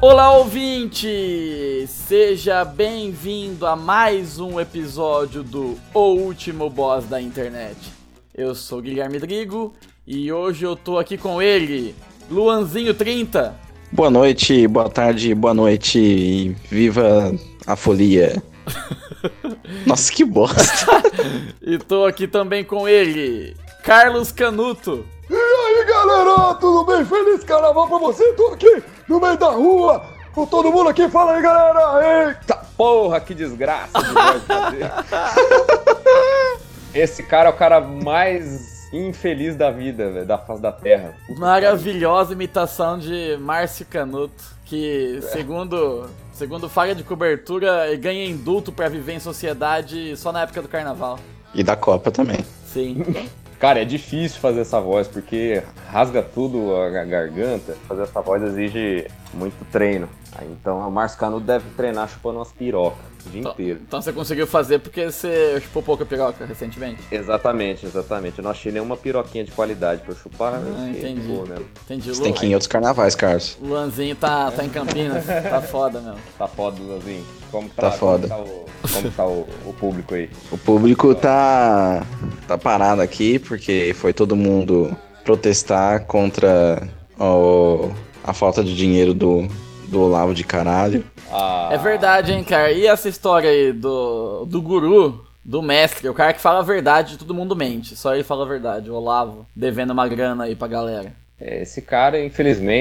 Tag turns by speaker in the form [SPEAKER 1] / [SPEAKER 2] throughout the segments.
[SPEAKER 1] Olá, ouvinte! Seja bem-vindo a mais um episódio do O Último Boss da Internet. Eu sou Guilherme Drigo e hoje eu tô aqui com ele, Luanzinho30.
[SPEAKER 2] Boa noite, boa tarde, boa noite e viva a folia. Nossa, que bosta.
[SPEAKER 1] E tô aqui também com ele, Carlos Canuto.
[SPEAKER 3] E aí galera, tudo bem? Feliz carnaval pra você, tô aqui no meio da rua, com todo mundo aqui, fala aí galera! Eita porra, que desgraça de voz fazer. Esse cara é o cara mais infeliz da vida, velho, da face da terra.
[SPEAKER 1] Maravilhosa imitação de Márcio Canuto, que segundo, segundo falha de cobertura, ganha indulto pra viver em sociedade só na época do carnaval.
[SPEAKER 2] E da Copa também.
[SPEAKER 1] Sim.
[SPEAKER 4] Cara, é difícil fazer essa voz porque rasga tudo a ga- garganta. Fazer essa voz exige muito treino. Aí, Então o Márcio Canudo deve treinar chupando umas pirocas o dia
[SPEAKER 1] Então-
[SPEAKER 4] inteiro.
[SPEAKER 1] Então você conseguiu fazer porque você chupou pouca piroca recentemente?
[SPEAKER 4] Exatamente, exatamente. Eu não achei nenhuma piroquinha de qualidade pra eu chupar. né?
[SPEAKER 1] Ah,
[SPEAKER 4] eu fiquei de
[SPEAKER 1] entendi.
[SPEAKER 4] boa mesmo.
[SPEAKER 1] Entendi,
[SPEAKER 2] Você
[SPEAKER 1] Lu.
[SPEAKER 2] tem que ir em outros carnavais, Carlos.
[SPEAKER 1] Luanzinho tá, tá em Campinas, tá foda, meu.
[SPEAKER 4] Tá foda, Luzinho. Como
[SPEAKER 2] Tá foda.
[SPEAKER 4] Como tá, o, como tá o- o público aí?
[SPEAKER 2] O público tá tá parado aqui porque foi todo mundo protestar contra o- a falta de dinheiro do, do Olavo de caralho.
[SPEAKER 4] Ah,
[SPEAKER 1] É verdade, hein, cara. E essa história aí do, do guru, do mestre, o cara que fala a verdade, todo mundo mente. Só ele fala a verdade, o Olavo, devendo uma grana aí pra galera.
[SPEAKER 4] é, Esse cara,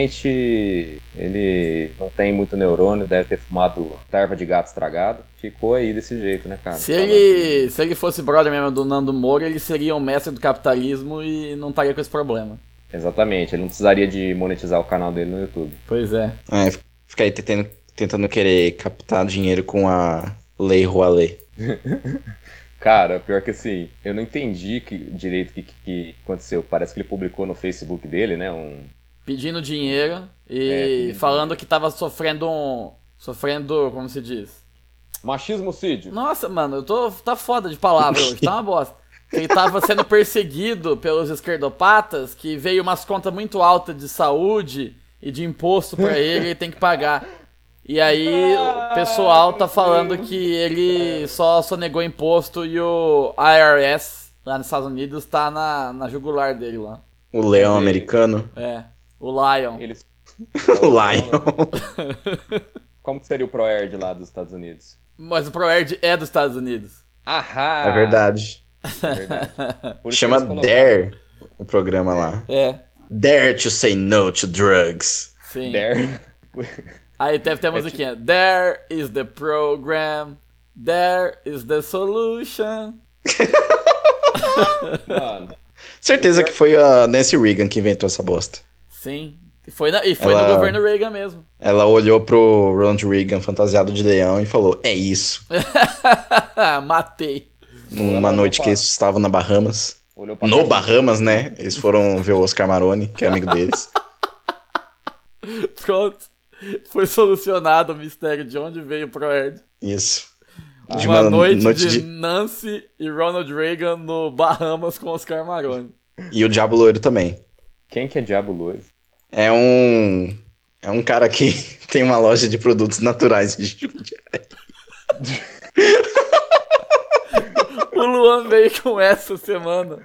[SPEAKER 4] infelizmente, ele não tem muito neurônio, deve ter fumado tarva de gato estragado. Ficou aí desse jeito, né, cara?
[SPEAKER 1] Se
[SPEAKER 4] Tava-
[SPEAKER 1] ele, se ele fosse brother mesmo do Nando Moura, ele seria o mestre do capitalismo e não estaria com esse problema.
[SPEAKER 4] Exatamente, ele não precisaria de monetizar o canal dele no YouTube.
[SPEAKER 1] Pois é.
[SPEAKER 2] É, fica aí tentando, tentando querer captar dinheiro com a Lei Rouanet.
[SPEAKER 4] Cara, pior que assim, eu não entendi que, direito o que, que aconteceu. Parece que ele publicou no Facebook dele, né? Um,
[SPEAKER 1] Pedindo dinheiro
[SPEAKER 4] É,
[SPEAKER 1] e
[SPEAKER 4] pedindo
[SPEAKER 1] falando que tava sofrendo um. Sofrendo, como se diz?
[SPEAKER 4] Machismo Cid.
[SPEAKER 1] Nossa, mano, eu tô. Tá foda de palavra hoje, tá uma bosta. Ele tava sendo perseguido pelos esquerdopatas, que veio umas contas muito altas de saúde e de imposto pra ele, ele tem que pagar. E aí o pessoal tá falando que ele só sonegou imposto e o IRS lá nos Estados Unidos tá na, na jugular dele lá.
[SPEAKER 2] O leão americano?
[SPEAKER 1] É, o Lion.
[SPEAKER 4] Eles...
[SPEAKER 2] o Lion.
[SPEAKER 4] Como que seria o ProErd lá dos Estados Unidos?
[SPEAKER 1] Mas o ProErd é dos Estados Unidos.
[SPEAKER 4] Ahá!
[SPEAKER 2] É verdade.
[SPEAKER 4] É verdade. Por isso que
[SPEAKER 2] Chama
[SPEAKER 4] eles colocaram-
[SPEAKER 2] Dare o programa lá.
[SPEAKER 1] É,
[SPEAKER 2] Dare to say no to drugs.
[SPEAKER 1] sim.
[SPEAKER 4] Dare.
[SPEAKER 1] Aí deve ter a musiquinha. There is the program. There is the solution.
[SPEAKER 4] Mano,
[SPEAKER 2] Certeza que foi a Nancy Reagan que inventou essa bosta.
[SPEAKER 1] Sim. E foi, na- e foi no
[SPEAKER 2] Ela-
[SPEAKER 1] governo Reagan mesmo.
[SPEAKER 2] Ela olhou pro Ronald Reagan fantasiado de leão e falou: É isso.
[SPEAKER 1] Matei.
[SPEAKER 2] Numa
[SPEAKER 4] Ela
[SPEAKER 2] noite que
[SPEAKER 4] não
[SPEAKER 2] eles estavam na Bahamas.
[SPEAKER 4] olhou pra
[SPEAKER 2] No
[SPEAKER 4] cara-
[SPEAKER 2] Bahamas, né? Eles foram ver o Oscar Maroni, que é amigo deles.
[SPEAKER 1] Pronto. Foi solucionado o mistério de onde veio o Proerd.
[SPEAKER 2] Isso.
[SPEAKER 1] Uma noite, de, Nancy e Ronald Reagan no Bahamas com Oscar Maroni.
[SPEAKER 2] E o Diabo Loiro também.
[SPEAKER 4] Quem que é Diabo Loiro?
[SPEAKER 2] É um. É um cara que tem uma loja de produtos naturais de Jundiaí.
[SPEAKER 1] O Luan veio com essa semana.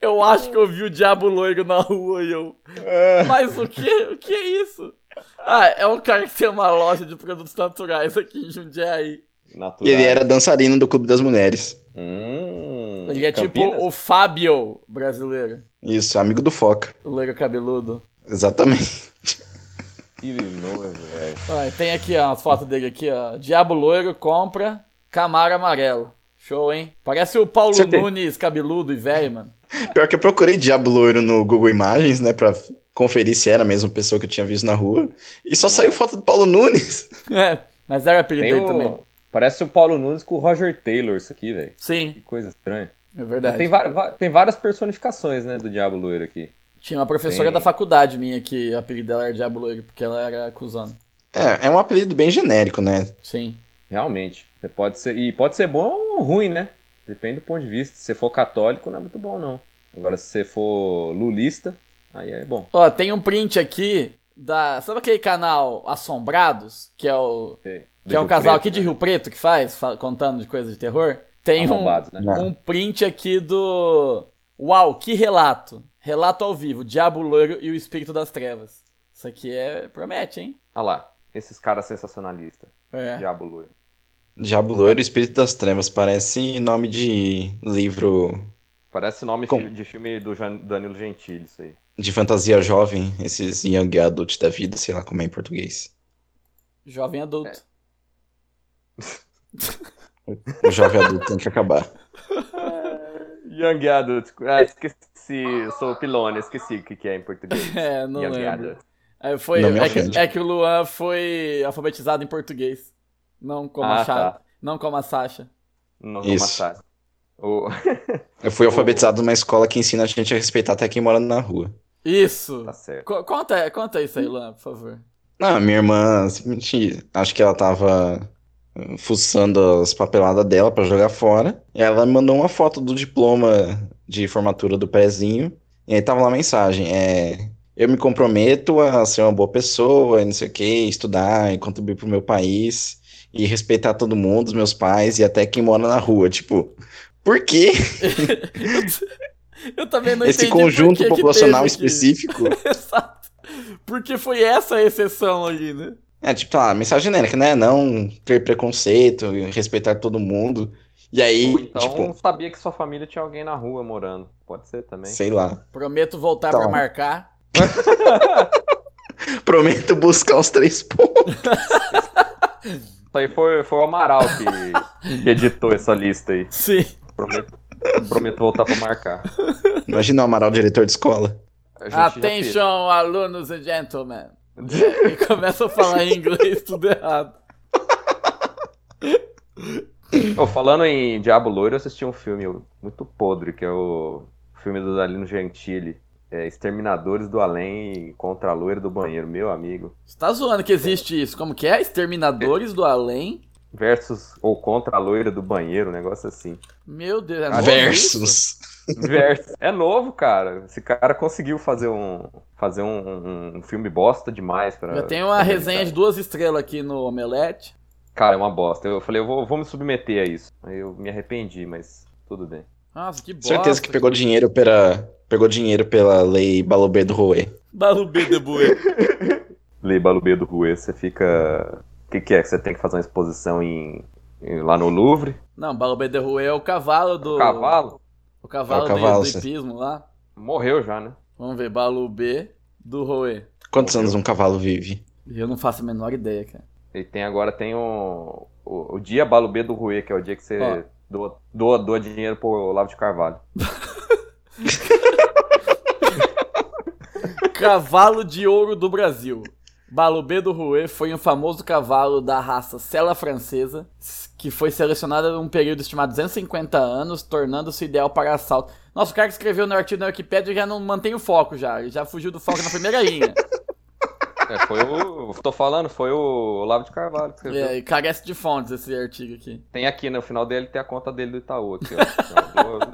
[SPEAKER 1] Eu acho que eu vi o Diabo Loiro na rua e eu.
[SPEAKER 4] É.
[SPEAKER 1] Mas o que? O que é isso? Ah, é um cara que tem uma loja de produtos naturais aqui em Jundiaí.
[SPEAKER 2] E
[SPEAKER 4] Natural.
[SPEAKER 2] ele era dançarino do Clube das Mulheres.
[SPEAKER 4] Hum,
[SPEAKER 1] Ele é
[SPEAKER 4] Campinas?
[SPEAKER 1] tipo o Fábio brasileiro.
[SPEAKER 2] Isso, amigo do Foca.
[SPEAKER 1] O loiro cabeludo.
[SPEAKER 2] Exatamente.
[SPEAKER 4] Illinois, velho.
[SPEAKER 1] Ah, e tem aqui ó, a foto dele aqui, ó. Diabo Loiro compra Camaro Amarelo. Show, hein? Parece o Paulo
[SPEAKER 2] Você tem-
[SPEAKER 1] Nunes cabeludo e velho, mano.
[SPEAKER 2] Pior que eu procurei Diabo Loiro no Google Imagens, né? Pra conferir se era a mesma pessoa que eu tinha visto na rua. E só saiu foto do Paulo Nunes.
[SPEAKER 1] É, mas era apelido
[SPEAKER 4] Tem
[SPEAKER 1] dele também.
[SPEAKER 4] o, Parece o Paulo Nunes com o Roger Taylor, isso aqui, velho.
[SPEAKER 1] Sim,
[SPEAKER 4] Que coisa estranha.
[SPEAKER 1] é verdade.
[SPEAKER 4] Tem, va- va- tem várias personificações, né, do Diabo Loiro aqui.
[SPEAKER 1] Tinha uma professora
[SPEAKER 4] Tem.
[SPEAKER 1] da faculdade minha que o apelido dela era Diabo Loiro, porque ela era acusando.
[SPEAKER 2] É, é um apelido bem genérico, né?
[SPEAKER 1] Sim.
[SPEAKER 4] Realmente. Você pode ser. E pode ser bom ou ruim, né? Depende do ponto de vista. Se você for católico, não é muito bom, não. Agora, se você for lulista, aí é bom.
[SPEAKER 1] Ó, tem um print aqui da. Sabe aquele canal Assombrados? Que é o. Que é um casal aqui de
[SPEAKER 4] né?
[SPEAKER 1] Rio Preto que faz, fa- contando de coisas de terror. Tem um,
[SPEAKER 4] Arrombados, né?
[SPEAKER 2] Não.
[SPEAKER 1] um print aqui do. Uau, que relato! Relato ao vivo, Diabo Loiro e o Espírito das Trevas. Isso aqui é. promete, hein?
[SPEAKER 4] Olha lá. Esses caras sensacionalistas.
[SPEAKER 1] É.
[SPEAKER 4] Diabo loiro.
[SPEAKER 2] Diabo Loiro, Espírito das Trevas, parece nome de livro
[SPEAKER 4] Parece nome
[SPEAKER 2] Com-
[SPEAKER 4] de filme do Jan- Danilo Gentili, isso aí.
[SPEAKER 2] de fantasia jovem, esses young adult da vida, sei lá como é em português.
[SPEAKER 1] Jovem adulto.
[SPEAKER 2] O jovem adulto tem que acabar.
[SPEAKER 4] Young Adult. Ah, esqueci. Eu sou o Pilone, esqueci o que que é em português.
[SPEAKER 1] É, não
[SPEAKER 4] Young
[SPEAKER 1] lembro.
[SPEAKER 4] Adult.
[SPEAKER 1] É, foi,
[SPEAKER 2] Não me
[SPEAKER 1] é, que,
[SPEAKER 2] ofende.
[SPEAKER 1] é que o Luan foi alfabetizado em português. Não como,
[SPEAKER 4] Ah,
[SPEAKER 1] a, Sha-
[SPEAKER 4] tá.
[SPEAKER 1] não como a Sasha.
[SPEAKER 4] Não, não
[SPEAKER 2] Isso.
[SPEAKER 4] mataram. O-
[SPEAKER 2] Eu fui alfabetizado numa escola que ensina a gente a respeitar até quem mora na rua.
[SPEAKER 1] Isso!
[SPEAKER 4] Tá certo.
[SPEAKER 1] Co- conta, conta isso aí, Luan, por favor.
[SPEAKER 2] Não, Ah, minha irmã, simplesmente, acho que ela tava eh, fuçando as papeladas dela pra jogar fora. E ela me mandou uma foto do diploma de formatura do prezinho. E aí tava lá a mensagem, é... Eu me comprometo a ser uma boa pessoa, e não sei o quê, estudar e contribuir pro meu país e respeitar todo mundo, os meus pais e até quem mora na rua. Tipo, por quê?
[SPEAKER 1] Eu também não
[SPEAKER 2] Esse
[SPEAKER 1] entendi por
[SPEAKER 2] conjunto
[SPEAKER 1] que que
[SPEAKER 2] populacional
[SPEAKER 1] teve que-
[SPEAKER 2] específico?
[SPEAKER 1] Exato. Porque foi essa a exceção ali, né?
[SPEAKER 2] É, tipo, tá, mensagem genérica, né? Não ter preconceito, respeitar todo mundo. E aí,
[SPEAKER 4] Ou então
[SPEAKER 2] tipo,
[SPEAKER 4] sabia que sua família tinha alguém na rua morando. Pode ser também.
[SPEAKER 2] sei lá.
[SPEAKER 1] Prometo voltar
[SPEAKER 2] Tá.
[SPEAKER 1] pra marcar.
[SPEAKER 2] Prometo buscar os três pontos.
[SPEAKER 4] Isso aí foi, foi o Amaral que, que editou essa lista aí.
[SPEAKER 1] Sim.
[SPEAKER 4] Prometo, prometo voltar pra marcar.
[SPEAKER 2] Imagina o Amaral, diretor de escola.
[SPEAKER 1] Ah,
[SPEAKER 4] A gente já fez.
[SPEAKER 1] Attention, alunos e gentlemen. E começa a falar em inglês tudo errado.
[SPEAKER 4] Ô, falando em Diabo Loiro, eu assisti um filme muito podre, que é o filme do Danilo Gentili. É Exterminadores do Além contra a Loira do Banheiro, meu amigo.
[SPEAKER 1] Você tá zoando que existe isso. Como que é? Exterminadores do Além?
[SPEAKER 4] Versus ou contra a Loira do Banheiro, um negócio assim.
[SPEAKER 1] Meu Deus, é novo isso?
[SPEAKER 2] Ah, Versus.
[SPEAKER 4] Versus. É novo, cara. Esse cara conseguiu fazer um, fazer um, um- um filme bosta demais. Pra,
[SPEAKER 1] Eu tenho uma
[SPEAKER 4] pra
[SPEAKER 1] resenha
[SPEAKER 4] humanidade.
[SPEAKER 1] de duas estrelas aqui no Omelete.
[SPEAKER 4] Cara, é uma bosta. Eu falei, eu vou, vou me submeter a isso. Aí eu me arrependi, mas tudo bem.
[SPEAKER 1] Nossa, que bosta.
[SPEAKER 2] Certeza que pegou dinheiro pela, pegou dinheiro pela lei Balobê do Rouet.
[SPEAKER 1] Balubê de Bue.
[SPEAKER 4] Lei Balubê do Rue, você fica. O que, que é? que Você tem que fazer uma exposição em... em- lá no Louvre?
[SPEAKER 1] Não, Balubê de Rue é o cavalo do...
[SPEAKER 4] O cavalo?
[SPEAKER 1] O cavalo,
[SPEAKER 2] É o cavalo,
[SPEAKER 1] do, do
[SPEAKER 2] sim.
[SPEAKER 1] hipismo lá.
[SPEAKER 4] Morreu já, né?
[SPEAKER 1] Vamos ver, Balubê do Roe.
[SPEAKER 2] Quantos anos um cavalo vive?
[SPEAKER 1] Eu não faço a menor ideia, cara.
[SPEAKER 4] E tem agora tem o. O, o dia Balubê do Rue, que é o dia que você
[SPEAKER 1] Ó.
[SPEAKER 4] doa, doa, doa dinheiro pro Olavo de Carvalho.
[SPEAKER 1] Cavalo de ouro do Brasil. Balubê do Rouet foi um famoso cavalo da raça sela francesa que foi selecionado num período estimado de 250 anos, tornando-se ideal para assalto. Nossa, o cara que escreveu no artigo na Wikipédia já não mantém o foco já, ele já fugiu do foco na primeira linha.
[SPEAKER 4] É, foi o. Tô falando, foi o Olavo de Carvalho. que escreveu.
[SPEAKER 1] É, carece de fontes esse artigo aqui.
[SPEAKER 4] Tem aqui né? no final dele, tem a conta dele do Itaú aqui, ó. Então, doa-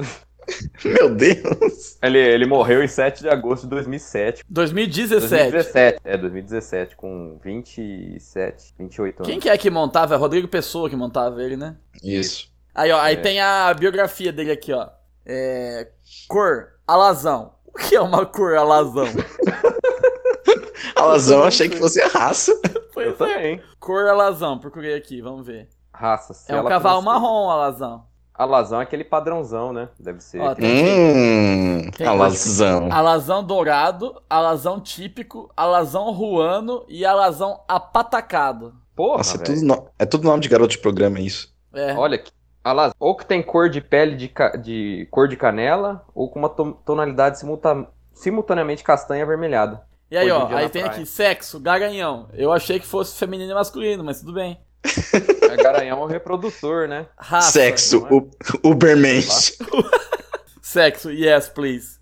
[SPEAKER 2] Meu Deus!
[SPEAKER 4] ele, ele morreu em 7 de agosto de 2007.
[SPEAKER 1] 2017.
[SPEAKER 4] 2017. É, 2017, com 27, 28 anos.
[SPEAKER 1] Quem que é que montava? É Rodrigo Pessoa que montava ele, né?
[SPEAKER 2] Isso.
[SPEAKER 1] Aí, ó, aí
[SPEAKER 4] É.
[SPEAKER 1] tem a biografia dele aqui, ó. É, cor, alazão. O que é uma cor alazão?
[SPEAKER 2] Alazão, achei que fosse a raça.
[SPEAKER 4] Eu
[SPEAKER 1] pois é.
[SPEAKER 4] também.
[SPEAKER 1] Cor alazão, procurei aqui, vamos ver.
[SPEAKER 4] Raça,
[SPEAKER 1] é um cavalo marrom, alazão.
[SPEAKER 4] Alazão é aquele padrãozão, né? Deve ser.
[SPEAKER 1] Ó,
[SPEAKER 4] aquele-
[SPEAKER 2] Hum,
[SPEAKER 4] é
[SPEAKER 1] Tem-
[SPEAKER 2] alazão.
[SPEAKER 1] Alazão dourado, alazão típico, alazão ruano e alazão apatacado.
[SPEAKER 4] Porra,
[SPEAKER 2] Nossa, é
[SPEAKER 4] velho.
[SPEAKER 2] tudo, no- é tudo nome de garoto de programa, isso.
[SPEAKER 1] É,
[SPEAKER 4] Olha aqui. Alazão. Ou que tem cor de pele de, ca- de cor de canela, ou com uma to- tonalidade simulta- simultaneamente castanha e avermelhada.
[SPEAKER 1] e aí,
[SPEAKER 4] hoje em
[SPEAKER 1] ó,
[SPEAKER 4] dia
[SPEAKER 1] aí
[SPEAKER 4] na
[SPEAKER 1] tem
[SPEAKER 4] praia.
[SPEAKER 1] aqui sexo, garanhão. Eu achei que fosse feminino e masculino, mas tudo bem.
[SPEAKER 4] É garanhão é um reprodutor, né?
[SPEAKER 1] Rafa.
[SPEAKER 2] Sexo,
[SPEAKER 4] não é?
[SPEAKER 2] u- Ubermensch.
[SPEAKER 1] Sexo, yes, please.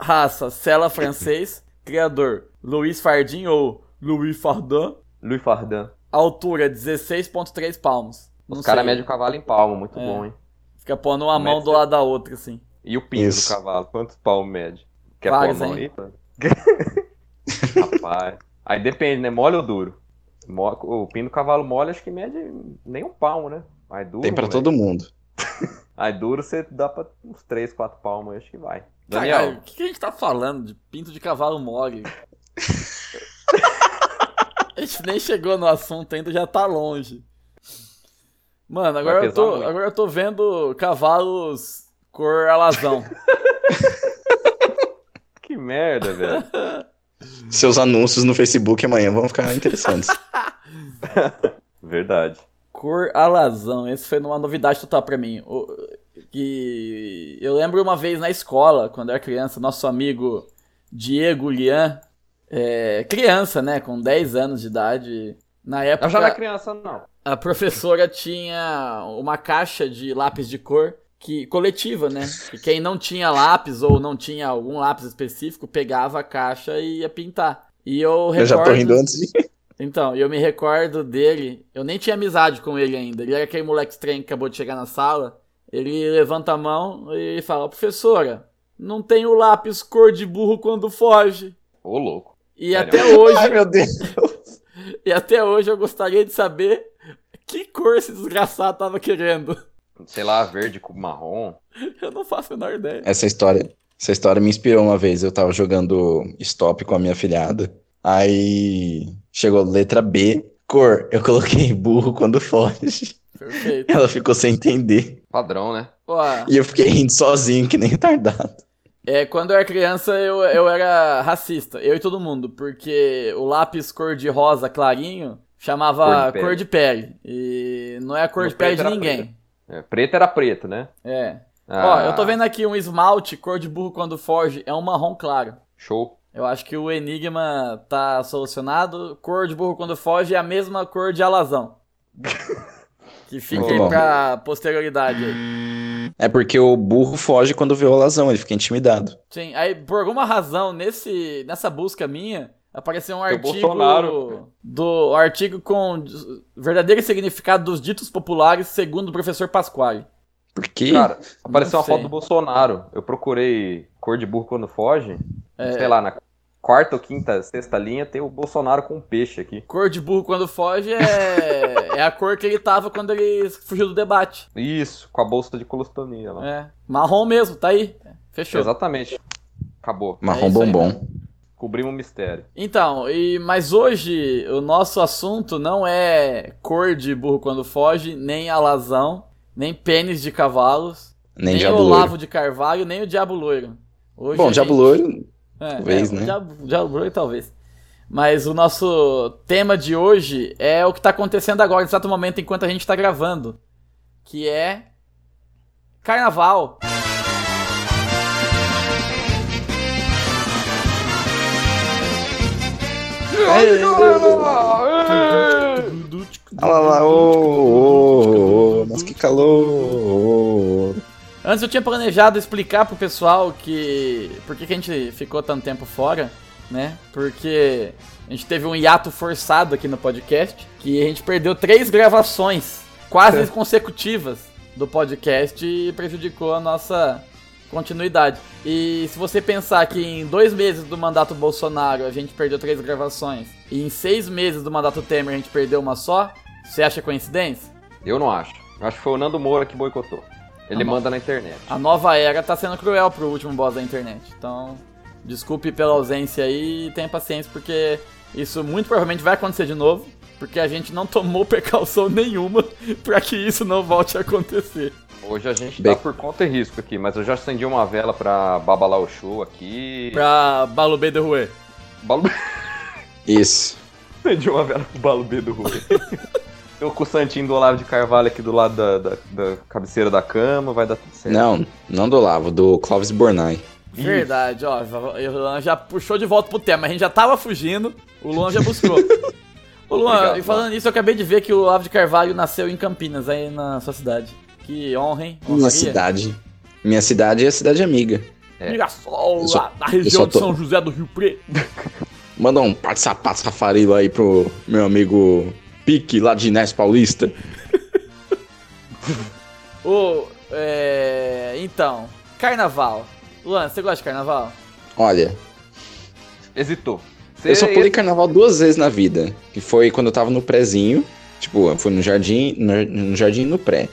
[SPEAKER 1] Raça, Cela francês. Criador, Luiz Fardim ou Louis Fardin.
[SPEAKER 4] Louis Fardin.
[SPEAKER 1] Altura, 16.3 palmos.
[SPEAKER 4] Os
[SPEAKER 1] Não
[SPEAKER 4] caras
[SPEAKER 1] sei.
[SPEAKER 4] medem o cavalo em palmo, muito
[SPEAKER 1] É.
[SPEAKER 4] bom, hein?
[SPEAKER 1] Fica pondo uma mão
[SPEAKER 4] mede-
[SPEAKER 1] do lado da outra, assim.
[SPEAKER 4] E o piso
[SPEAKER 2] Isso.
[SPEAKER 4] do cavalo, quantos palmo mede? Quer pôr a
[SPEAKER 1] Vários,
[SPEAKER 4] mão
[SPEAKER 1] hein?
[SPEAKER 4] aí? pô? Rapaz. Aí depende, né? Mole ou duro? Mo- O pino do cavalo mole acho que mede nem um palmo, né? Aí duro.
[SPEAKER 2] Tem pra
[SPEAKER 4] velho.
[SPEAKER 2] todo mundo.
[SPEAKER 4] Aí duro você dá pra uns 3, 4 palmos, acho que vai.
[SPEAKER 1] Caralho,
[SPEAKER 4] Daniel,
[SPEAKER 1] o que, que a gente tá falando de pinto de cavalo mole? a gente nem chegou no assunto ainda, já tá longe. Mano, agora
[SPEAKER 4] Vai
[SPEAKER 1] eu, tô,
[SPEAKER 4] pesar muito.
[SPEAKER 1] agora eu tô vendo cavalos cor alazão.
[SPEAKER 4] que merda, velho.
[SPEAKER 2] Seus anúncios no Facebook amanhã vão ficar interessantes.
[SPEAKER 4] Verdade.
[SPEAKER 1] Cor alazão, esse foi uma novidade total pra mim. O- que eu lembro uma vez na escola, quando eu era criança, nosso amigo Diego Lian, é, criança, né, com 10 anos de idade, na época
[SPEAKER 4] Eu já não é criança, não.
[SPEAKER 1] a professora tinha uma caixa de lápis de cor que coletiva, né? E quem não tinha lápis ou não tinha algum lápis específico pegava a caixa e ia pintar. E eu recordo
[SPEAKER 2] Eu já tô rindo antes de.
[SPEAKER 1] então, eu me recordo dele. Eu nem tinha amizade com ele ainda. Ele era aquele moleque estranho que acabou de chegar na sala. Ele levanta a mão e fala: Professora, não tem o lápis cor de burro quando foge.
[SPEAKER 4] Ô, louco.
[SPEAKER 1] E
[SPEAKER 4] Sério?
[SPEAKER 1] até, hoje,
[SPEAKER 2] Ai, meu Deus.
[SPEAKER 1] e até hoje eu gostaria de saber que cor esse desgraçado tava querendo.
[SPEAKER 4] Sei lá, verde com marrom.
[SPEAKER 1] Eu não faço a menor ideia.
[SPEAKER 2] Essa história, essa história me inspirou uma vez. Eu tava jogando stop com a minha filhada. Aí chegou letra B, cor. Eu coloquei burro quando foge.
[SPEAKER 1] Perfeito.
[SPEAKER 2] Ela ficou sem entender.
[SPEAKER 4] Padrão, né?
[SPEAKER 1] Ó,
[SPEAKER 2] E eu fiquei rindo sozinho, que nem retardado.
[SPEAKER 1] é, quando eu era criança, eu, eu era racista. Eu e todo mundo. Porque o lápis cor de rosa clarinho chamava
[SPEAKER 4] Cor de pele.
[SPEAKER 1] cor de pele. E não é a cor
[SPEAKER 4] No
[SPEAKER 1] de pele
[SPEAKER 4] preto
[SPEAKER 1] de
[SPEAKER 4] era
[SPEAKER 1] ninguém.
[SPEAKER 4] É, preto era preto, né?
[SPEAKER 1] É. Ó,
[SPEAKER 4] Ah,
[SPEAKER 1] eu tô vendo aqui um esmalte, cor de burro quando foge, é um marrom claro.
[SPEAKER 4] Show.
[SPEAKER 1] Eu acho que o enigma tá solucionado. Cor de burro quando foge é a mesma cor de alazão. que fica
[SPEAKER 4] Muito
[SPEAKER 1] aí
[SPEAKER 2] bom.
[SPEAKER 1] pra posterioridade aí.
[SPEAKER 2] É porque o burro foge quando vê o alazão, ele fica intimidado.
[SPEAKER 1] Sim, aí por alguma razão, nesse, nessa busca minha, apareceu um
[SPEAKER 4] Tem o
[SPEAKER 1] artigo
[SPEAKER 4] Bolsonaro.
[SPEAKER 1] do um artigo com verdadeiro significado dos ditos populares segundo o professor Pasquale.
[SPEAKER 2] Porque
[SPEAKER 4] Cara, apareceu
[SPEAKER 1] Não
[SPEAKER 4] uma foto
[SPEAKER 1] sei.
[SPEAKER 4] do Bolsonaro. Eu procurei cor de burro quando foge.
[SPEAKER 1] É.
[SPEAKER 4] Sei lá, na quarta ou quinta, sexta linha tem o Bolsonaro com um peixe aqui.
[SPEAKER 1] Cor de burro quando foge é, é a cor que ele tava quando ele fugiu do debate.
[SPEAKER 4] Isso, com a bolsa de colostomia lá.
[SPEAKER 1] É. Marrom mesmo, tá aí. Fechou.
[SPEAKER 4] Exatamente. Acabou.
[SPEAKER 2] marrom
[SPEAKER 1] isso aí,
[SPEAKER 2] bombom.
[SPEAKER 4] Cobrimos o mistério.
[SPEAKER 1] Então, e, mas hoje o nosso assunto não é cor de burro quando foge, nem alazão, nem pênis de cavalos,
[SPEAKER 2] Nem
[SPEAKER 1] nem
[SPEAKER 2] diabo
[SPEAKER 1] o
[SPEAKER 2] loiro.
[SPEAKER 1] Olavo de Carvalho, nem o Diabo Loiro. Hoje
[SPEAKER 2] Bom,
[SPEAKER 1] a
[SPEAKER 2] diabo
[SPEAKER 1] gente-
[SPEAKER 2] loiro,
[SPEAKER 1] É,
[SPEAKER 2] talvez,
[SPEAKER 1] é,
[SPEAKER 2] né?
[SPEAKER 1] Diabo, Diabo Loiro talvez. Mas o nosso tema de hoje é o que tá acontecendo agora, nesse exato momento, enquanto a gente tá gravando. Que é. Carnaval.
[SPEAKER 3] E aí, galera? Ei!
[SPEAKER 2] Olha lá, lá, ô, ô, ô, mas que calor.
[SPEAKER 1] Antes eu tinha planejado explicar pro pessoal que. Por que, que a gente ficou tanto tempo fora, né? Porque a gente teve um hiato forçado aqui no podcast, que a gente perdeu três gravações quase consecutivas do podcast e prejudicou a nossa continuidade. E se você pensar que em dois meses do mandato Bolsonaro a gente perdeu três gravações e em seis meses do mandato Temer a gente perdeu uma só, você acha coincidência?
[SPEAKER 4] Eu não acho. Eu Acho que foi o Nando Moura que boicotou. Ele
[SPEAKER 1] Tá bom.
[SPEAKER 4] manda na internet.
[SPEAKER 1] A nova era tá sendo cruel pro último boss da internet. Então, desculpe pela ausência aí e tenha paciência, porque isso muito provavelmente vai acontecer de novo. Porque a gente não tomou precaução nenhuma pra que isso não volte a acontecer.
[SPEAKER 4] Hoje a gente
[SPEAKER 2] Bem-
[SPEAKER 4] tá por conta e risco aqui, mas eu já acendi uma vela pra babalar o show aqui.
[SPEAKER 1] Pra Balubê de Rue.
[SPEAKER 4] Balu...
[SPEAKER 2] Isso.
[SPEAKER 4] acendi uma vela pro Balubê do Rui. Tô com o Santinho do Olavo de Carvalho aqui do lado da, da- da cabeceira da cama, vai dar tudo certo.
[SPEAKER 2] Não, não do Lavo, do Clóvis Bornai.
[SPEAKER 4] Ih.
[SPEAKER 1] Verdade, ó. O Luan já puxou de volta pro tema. A gente já tava fugindo, o Luan já buscou. Ô Luan,
[SPEAKER 4] Obrigado,
[SPEAKER 1] e falando nisso, eu acabei de ver que o Olavo de Carvalho nasceu em Campinas, aí na sua cidade. Que honra, hein?
[SPEAKER 2] Minha cidade. Minha cidade é a cidade amiga.
[SPEAKER 4] É.
[SPEAKER 1] Mirassol,
[SPEAKER 2] Eu só-
[SPEAKER 1] lá na região
[SPEAKER 2] só
[SPEAKER 1] de
[SPEAKER 2] tô-
[SPEAKER 1] São José do Rio Preto.
[SPEAKER 2] Manda um par de sapato safarilo aí pro meu amigo Pique, lá de Inés Paulista.
[SPEAKER 1] Ô, é... Então, carnaval. Luan, você gosta de carnaval?
[SPEAKER 2] Olha,
[SPEAKER 4] Hesitou. Você
[SPEAKER 2] eu só pulei carnaval duas vezes na vida. Que foi quando eu tava no prézinho. Tipo, eu fui no jardim, no, no jardim e no pré.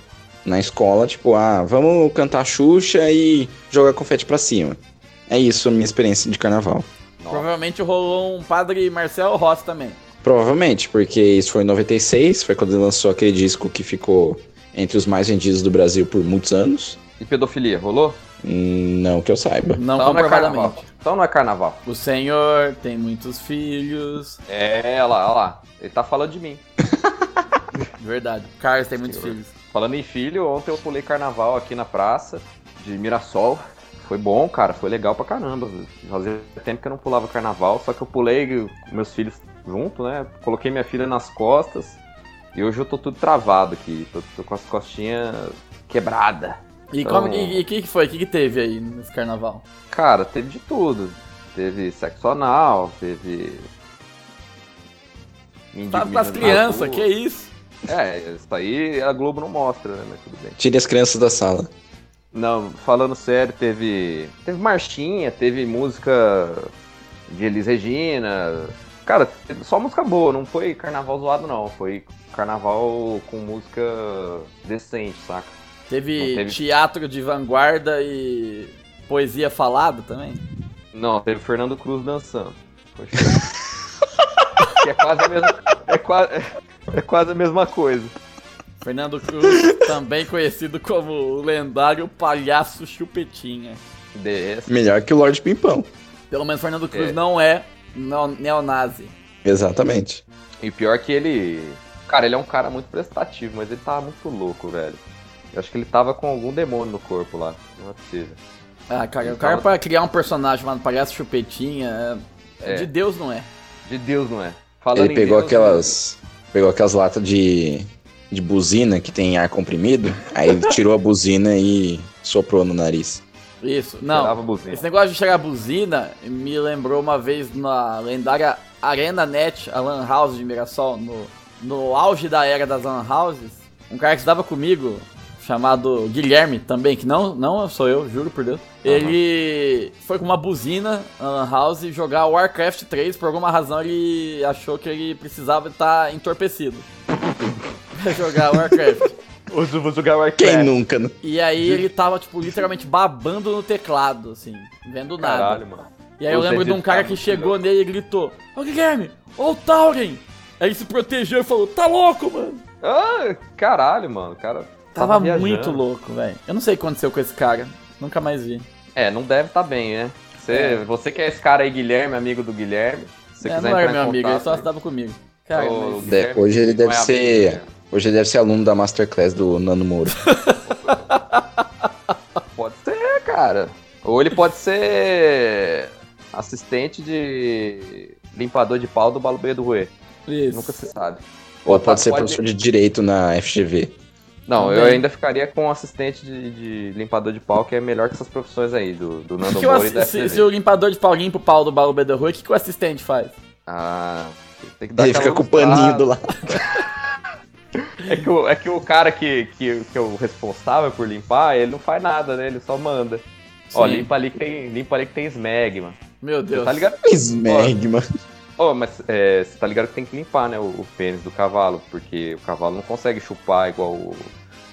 [SPEAKER 2] Na escola, tipo, ah, vamos cantar Xuxa e jogar confete pra cima. É isso a minha experiência de carnaval.
[SPEAKER 4] Nossa,
[SPEAKER 1] Provavelmente rolou um padre Marcel Rossi também.
[SPEAKER 2] Provavelmente, porque isso foi em 96, foi quando ele lançou aquele disco que ficou entre os mais vendidos do Brasil por muitos anos.
[SPEAKER 4] E pedofilia, rolou?
[SPEAKER 2] Hum, Não que eu saiba.
[SPEAKER 1] Não
[SPEAKER 4] então não é carnaval.
[SPEAKER 1] comprovadamente.
[SPEAKER 4] Então não é carnaval.
[SPEAKER 1] O senhor tem muitos filhos.
[SPEAKER 4] É, olha lá, olha lá. Ele tá falando de mim.
[SPEAKER 1] De verdade. Carlos tem muitos
[SPEAKER 4] Senhor.
[SPEAKER 1] filhos.
[SPEAKER 4] Falando em filho, ontem eu pulei carnaval aqui na praça de Mirassol. Foi bom, cara, foi legal pra caramba. Fazia tempo que eu não pulava carnaval, só que eu pulei com meus filhos junto, né? Coloquei minha filha nas costas e hoje eu tô tudo travado aqui. Tô, tô com as costinhas quebradas.
[SPEAKER 1] E
[SPEAKER 4] Então-
[SPEAKER 1] como e- e o que, que foi? O que, que teve aí nesse carnaval?
[SPEAKER 4] Cara, teve de tudo. Teve sexo anal, teve. Mendigo
[SPEAKER 1] Tava com as
[SPEAKER 4] mijando na
[SPEAKER 1] Tá crianças,
[SPEAKER 4] rua.
[SPEAKER 1] que isso?
[SPEAKER 4] É, isso aí a Globo não mostra, né? Mas tudo bem.
[SPEAKER 2] Tire as crianças da sala.
[SPEAKER 4] Não, falando sério, teve. Teve marchinha, teve música de Elis Regina. Cara, teve só música boa, não foi carnaval zoado, não. Foi carnaval com música decente, saca?
[SPEAKER 1] Teve,
[SPEAKER 4] Não teve.
[SPEAKER 1] teatro de vanguarda e poesia falada também?
[SPEAKER 4] Não, teve Fernando Cruz dançando. Poxa. que é quase a mesma. É quase, é quase a mesma coisa.
[SPEAKER 1] Fernando Cruz, também conhecido como o lendário palhaço Chupetinha.
[SPEAKER 4] DS.
[SPEAKER 2] Melhor que o Lorde Pimpão.
[SPEAKER 1] Pelo menos Fernando Cruz
[SPEAKER 4] É.
[SPEAKER 1] não é neo- neonazi.
[SPEAKER 2] Exatamente.
[SPEAKER 4] E pior que ele. Cara, ele é um cara muito prestativo, mas ele tava muito louco, velho. Eu acho que ele tava com algum demônio no corpo lá. Não é possível.
[SPEAKER 1] Ah, cara, o
[SPEAKER 4] Então-
[SPEAKER 1] cara pra criar um personagem chamado palhaço Chupetinha, é-
[SPEAKER 4] É.
[SPEAKER 1] de Deus não é.
[SPEAKER 4] De Deus, não é? Falando
[SPEAKER 2] Ele
[SPEAKER 4] em
[SPEAKER 2] pegou
[SPEAKER 4] Deus,
[SPEAKER 2] aquelas. Pegou aquelas latas de. de buzina que tem ar comprimido. Aí ele tirou a buzina e soprou no nariz.
[SPEAKER 1] Isso,
[SPEAKER 4] né, cheirava
[SPEAKER 1] não.
[SPEAKER 4] buzina.
[SPEAKER 1] Esse negócio de chegar a buzina me lembrou uma vez na lendária Arena Net, a Lan House de Mirassol, no, no auge da era das Lan Houses. Um cara que estudava comigo, chamado Guilherme também, que não, não sou eu, juro por Deus. Ele foi com uma buzina na Lan House jogar Warcraft 3. Por alguma razão ele achou que ele precisava estar entorpecido pra jogar Warcraft.
[SPEAKER 4] Usa- usa o Gawar
[SPEAKER 2] Quem
[SPEAKER 4] Crack.
[SPEAKER 2] nunca, né?
[SPEAKER 1] E aí ele tava, tipo, literalmente babando no teclado, assim, vendo nada.
[SPEAKER 4] Caralho, mano.
[SPEAKER 1] E aí eu
[SPEAKER 4] Os
[SPEAKER 1] lembro de um
[SPEAKER 4] dedos
[SPEAKER 1] cara
[SPEAKER 4] ficaram
[SPEAKER 1] que
[SPEAKER 4] muito
[SPEAKER 1] chegou nele e gritou: Ô Guilherme, ô o Tauren! Aí ele se protegeu e falou: Tá louco, mano!
[SPEAKER 4] Ah, caralho, mano. o Cara,
[SPEAKER 1] Tava,
[SPEAKER 4] viajando.
[SPEAKER 1] muito louco, velho. Eu não sei o que aconteceu com esse cara. Nunca mais vi.
[SPEAKER 4] É, não deve tá bem, né? Você,
[SPEAKER 1] É.
[SPEAKER 4] você que é esse cara aí, Guilherme, amigo do Guilherme. Se você
[SPEAKER 1] É,
[SPEAKER 4] quiser
[SPEAKER 1] não era
[SPEAKER 4] entrar
[SPEAKER 1] meu
[SPEAKER 4] em
[SPEAKER 1] amigo, ele
[SPEAKER 4] contato,
[SPEAKER 1] só
[SPEAKER 4] aí.
[SPEAKER 1] estava comigo. Cara,
[SPEAKER 4] Ô,
[SPEAKER 1] mas-
[SPEAKER 4] Guilherme,
[SPEAKER 2] De- hoje ele
[SPEAKER 4] não
[SPEAKER 2] deve
[SPEAKER 4] é amigo
[SPEAKER 2] ser-
[SPEAKER 4] do Guilherme.
[SPEAKER 2] Hoje ele deve ser aluno da Masterclass do Nano Moro.
[SPEAKER 4] Pode ser, cara. Ou ele pode ser assistente de limpador de pau do Balubê do Rui.
[SPEAKER 1] Isso.
[SPEAKER 4] Nunca se sabe.
[SPEAKER 2] Ou
[SPEAKER 4] Tá,
[SPEAKER 2] pode ser
[SPEAKER 4] pode-
[SPEAKER 2] professor de direito na FGV.
[SPEAKER 4] Não, eu
[SPEAKER 1] Também.
[SPEAKER 4] ainda ficaria com um assistente de, de limpador de pau, que é melhor que essas profissões aí, do, do Nando
[SPEAKER 1] Que o
[SPEAKER 4] Moura e
[SPEAKER 1] assi-
[SPEAKER 4] da
[SPEAKER 1] se,
[SPEAKER 4] FTV.
[SPEAKER 1] se o limpador de pau limpa o pau do baú da rua, o que, que o assistente faz?
[SPEAKER 4] Ah, tem que dar
[SPEAKER 2] Ele
[SPEAKER 4] aquela
[SPEAKER 2] fica com o
[SPEAKER 4] lustrada.
[SPEAKER 2] paninho do lado.
[SPEAKER 4] É que o, é que o cara que, que, que é o responsável por limpar, ele não faz nada, né? Ele só manda. Ó,
[SPEAKER 1] Sim.
[SPEAKER 4] limpa ali que tem, limpa ali que tem smeg, mano.
[SPEAKER 1] Meu
[SPEAKER 4] Você
[SPEAKER 1] Deus.
[SPEAKER 4] tá ligado?
[SPEAKER 2] Smeg, mano.
[SPEAKER 4] Ó, mas é, você tá ligado que tem que limpar, né, o, o pênis do cavalo, porque o cavalo não consegue chupar igual o,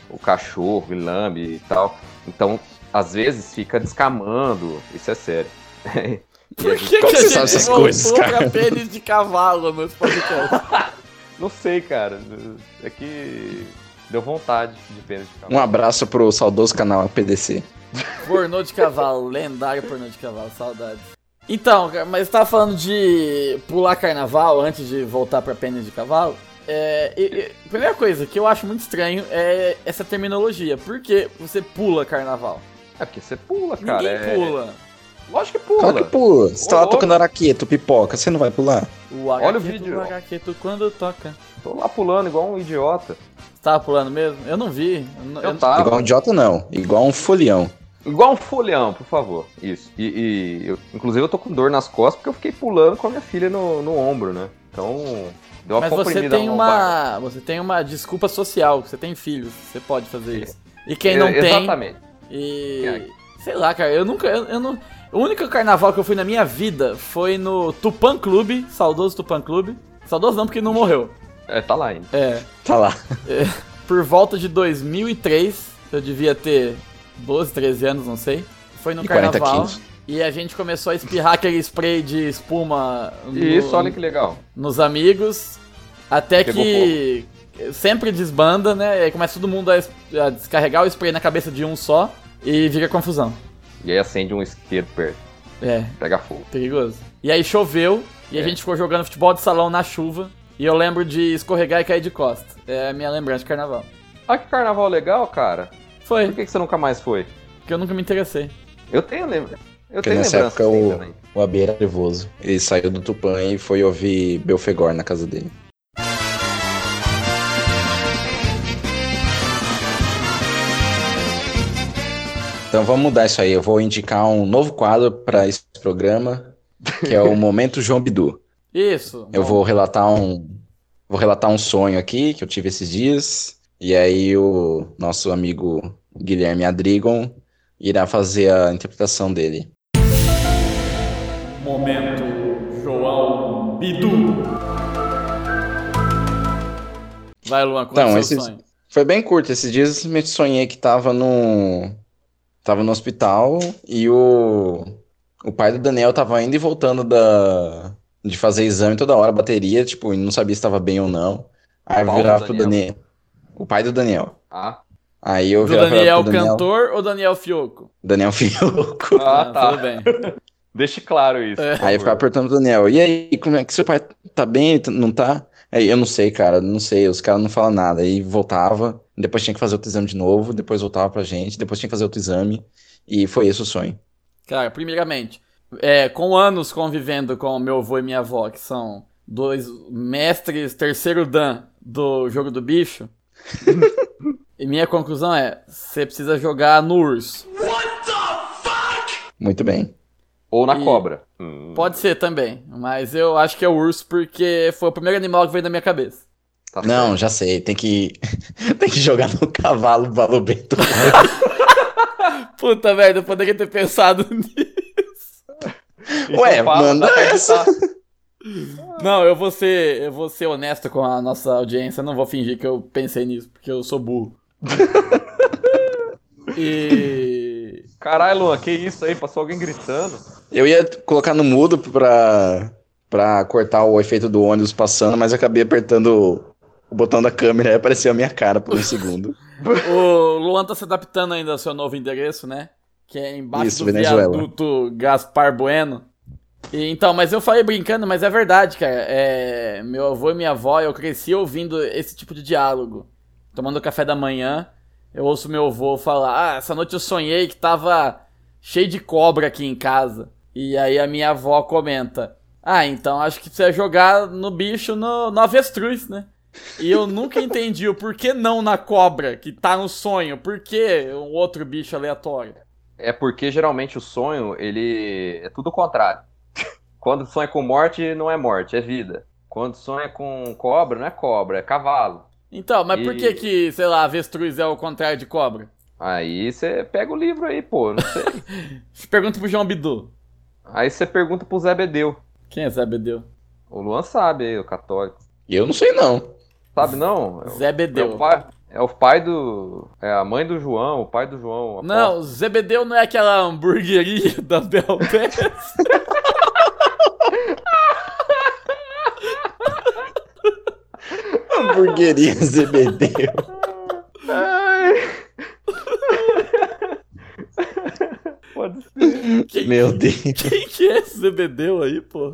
[SPEAKER 4] o cachorro e lambe e tal. Então, às vezes fica descamando. Isso é sério.
[SPEAKER 1] Por que, que
[SPEAKER 2] Como
[SPEAKER 1] a
[SPEAKER 2] você
[SPEAKER 1] gente
[SPEAKER 2] sabe essas
[SPEAKER 1] voltou
[SPEAKER 2] coisas, cara?
[SPEAKER 1] pra pênis de cavalo no podcast?
[SPEAKER 4] Não sei, cara. É que deu vontade de pênis de cavalo.
[SPEAKER 2] Um abraço pro saudoso canal PDC.
[SPEAKER 1] pornô de cavalo, lendário pornô de cavalo, saudades. Então, cara, mas você tava falando de pular carnaval antes de voltar pra pênis de cavalo. É, e- e- primeira coisa que eu acho muito estranho é essa terminologia. Por que você pula carnaval?
[SPEAKER 4] É porque você pula, cara.
[SPEAKER 1] Ninguém
[SPEAKER 4] é-
[SPEAKER 1] pula.
[SPEAKER 4] Lógico que pula.
[SPEAKER 2] Claro que pula. Você tá lá
[SPEAKER 4] Ô,
[SPEAKER 2] tocando araqueto, pipoca, você não vai pular?
[SPEAKER 1] O
[SPEAKER 4] Olha o
[SPEAKER 1] HQ
[SPEAKER 4] vídeo.
[SPEAKER 1] do HQ quando toca.
[SPEAKER 4] Tô lá pulando igual um idiota.
[SPEAKER 1] Você tava pulando mesmo? Eu não vi. Eu, não- eu-
[SPEAKER 4] Eu tava.
[SPEAKER 2] Igual um idiota, não. Igual um folião.
[SPEAKER 4] Igual um folhão, por favor. Isso. E, e eu- inclusive eu tô com dor nas costas porque eu fiquei pulando com a minha filha no, no ombro, né? Então, deu uma
[SPEAKER 1] Mas
[SPEAKER 4] comprimida
[SPEAKER 1] você tem
[SPEAKER 4] na lombar.
[SPEAKER 1] uma. Você tem uma desculpa social, que você tem filhos, você pode fazer isso. E quem
[SPEAKER 4] É,
[SPEAKER 1] não tem.
[SPEAKER 4] Exatamente.
[SPEAKER 1] E.
[SPEAKER 4] É.
[SPEAKER 1] Sei lá, cara, eu nunca. Eu, eu não. O único carnaval que eu fui na minha vida foi no Tupan Clube, saudoso Tupan Clube. Saudoso não, porque não morreu.
[SPEAKER 4] É, tá lá ainda.
[SPEAKER 1] É.
[SPEAKER 2] Tá lá.
[SPEAKER 1] Por volta de 2003, eu devia ter 12, 13 anos, não sei. Foi no
[SPEAKER 2] E 40
[SPEAKER 1] carnaval.
[SPEAKER 2] quilos.
[SPEAKER 1] E a gente começou a espirrar aquele spray de espuma no-
[SPEAKER 4] E isso, olha que legal.
[SPEAKER 1] nos amigos. Até
[SPEAKER 4] Pegou
[SPEAKER 1] que sempre desbanda, né? E aí começa todo mundo a, es- a descarregar o spray na cabeça de um só e vira confusão.
[SPEAKER 4] E aí acende um isqueiro perto,
[SPEAKER 1] É,
[SPEAKER 4] pega fogo.
[SPEAKER 1] perigoso. E aí choveu e a
[SPEAKER 4] É.
[SPEAKER 1] gente ficou jogando futebol de salão na chuva. E eu lembro de escorregar e cair de costa. É a minha lembrança de carnaval.
[SPEAKER 4] Ah, que carnaval legal, cara.
[SPEAKER 1] Foi,
[SPEAKER 4] Por que, que você nunca mais foi?
[SPEAKER 1] porque eu nunca me interessei.
[SPEAKER 4] Eu tenho lembrança. Eu
[SPEAKER 2] Porque
[SPEAKER 4] tenho
[SPEAKER 2] nessa
[SPEAKER 4] lembrança
[SPEAKER 2] época
[SPEAKER 4] assim
[SPEAKER 2] o-
[SPEAKER 4] também.
[SPEAKER 2] O AB era nervoso. Ele saiu do Tupã e foi ouvir Belfegor na casa dele. Então vamos mudar isso aí. Eu vou indicar um novo quadro para esse programa, que é o Momento João Bidu.
[SPEAKER 1] Isso.
[SPEAKER 2] Eu
[SPEAKER 1] bom.
[SPEAKER 2] vou relatar um, vou relatar um sonho aqui que eu tive esses dias. E aí o nosso amigo Guilherme Adrigon irá fazer a interpretação dele.
[SPEAKER 1] Momento João Bidu. Vai, Luan, qual é o
[SPEAKER 2] Então,
[SPEAKER 1] seu
[SPEAKER 2] esse-
[SPEAKER 1] sonho?
[SPEAKER 2] Foi bem curto. Esses dias eu simplesmente sonhei que tava no. Tava no hospital e o. O pai do Daniel tava indo e voltando da. De fazer exame toda hora, bateria, tipo, e não sabia se tava bem ou não. Aí eu
[SPEAKER 4] Qual
[SPEAKER 2] virava
[SPEAKER 4] do
[SPEAKER 2] pro
[SPEAKER 4] Daniel?
[SPEAKER 2] Daniel. O pai do Daniel.
[SPEAKER 4] Ah,
[SPEAKER 2] Aí eu
[SPEAKER 1] Do
[SPEAKER 2] virava
[SPEAKER 1] Daniel
[SPEAKER 2] pro Daniel.
[SPEAKER 1] Cantor ou Daniel Fioco?
[SPEAKER 2] Daniel Fioco.
[SPEAKER 4] ah
[SPEAKER 1] Tudo
[SPEAKER 4] tá.
[SPEAKER 1] bem.
[SPEAKER 4] Deixe claro isso.
[SPEAKER 1] É.
[SPEAKER 4] por
[SPEAKER 2] Aí eu ficava
[SPEAKER 4] favor.
[SPEAKER 2] perguntando pro Daniel, e aí, como é que seu pai tá bem, t- não tá? Aí eu não sei, cara, não sei, os caras não falam nada. Aí voltava, depois tinha que fazer outro exame de novo, depois voltava pra gente, depois tinha que fazer outro exame. E foi esse o sonho.
[SPEAKER 1] Cara, primeiramente, é, com anos convivendo com meu avô e minha avó, que são dois mestres terceiro dan do jogo do bicho, e minha conclusão é, você precisa jogar no urso.
[SPEAKER 2] Muito bem.
[SPEAKER 4] Ou na
[SPEAKER 1] E-
[SPEAKER 4] cobra. Hum,
[SPEAKER 1] Pode ser também, mas eu acho que é o urso porque foi o primeiro animal que veio na minha cabeça.
[SPEAKER 4] Tá certo.
[SPEAKER 2] Não, já sei, tem que, tem que jogar no cavalo valobento.
[SPEAKER 1] Puta merda, eu poderia ter pensado nisso.
[SPEAKER 4] Então
[SPEAKER 2] Ué,
[SPEAKER 4] fala,
[SPEAKER 2] manda
[SPEAKER 4] tá certo,
[SPEAKER 2] essa.
[SPEAKER 4] tá.
[SPEAKER 1] Não, eu vou ser, eu vou ser honesto com a nossa audiência, eu não vou fingir que eu pensei nisso, porque eu sou burro. e
[SPEAKER 4] Caralho, Luan, que isso aí? Passou alguém gritando.
[SPEAKER 2] Eu ia colocar no mudo pra, pra cortar o efeito do ônibus passando, mas eu acabei apertando o botão da câmera e apareceu a minha cara por um segundo.
[SPEAKER 1] O Luan tá se adaptando ainda ao seu novo endereço, né? Que é embaixo
[SPEAKER 2] Isso,
[SPEAKER 1] do
[SPEAKER 2] Venezuela.
[SPEAKER 1] viaduto Gaspar Bueno. E, então, mas eu falei brincando, mas é verdade, cara. É, meu avô e minha avó, eu cresci ouvindo esse tipo de diálogo. Tomando café da manhã, eu ouço meu avô falar: Ah, essa noite eu sonhei que tava cheio de cobra aqui em casa. E aí a minha avó comenta: Ah, então acho que precisa jogar no bicho no, no avestruz, né? E eu nunca entendi o porquê não na cobra, que tá no sonho. Por que um outro bicho aleatório?
[SPEAKER 4] É porque geralmente o sonho, ele é tudo o contrário. Quando sonha com morte, não é morte, é vida. Quando sonha com cobra, não é cobra, é cavalo.
[SPEAKER 1] Então, mas por
[SPEAKER 4] E-
[SPEAKER 1] que que, sei lá, avestruz é o contrário de cobra?
[SPEAKER 4] Aí você pega o livro aí, pô. não sei.
[SPEAKER 1] Pergunta pro João Bidu.
[SPEAKER 4] aí você pergunta pro Zé Bedeu.
[SPEAKER 1] Quem é Zé Bedeu?
[SPEAKER 4] O Luan sabe aí, o católico.
[SPEAKER 2] Eu não sei, não.
[SPEAKER 4] Sabe não? É o-
[SPEAKER 1] Zé
[SPEAKER 4] É o
[SPEAKER 1] Bedeu.
[SPEAKER 4] pai, é o pai do. É a mãe do João, o pai do João. aposto.
[SPEAKER 1] Não, Zé Bedeu não é aquela hamburgueria da Belpes.
[SPEAKER 2] Hamburgueria ZBD.
[SPEAKER 4] Pode ser.
[SPEAKER 2] Meu Deus.
[SPEAKER 1] Quem que é esse Zé Bedeu aí, pô?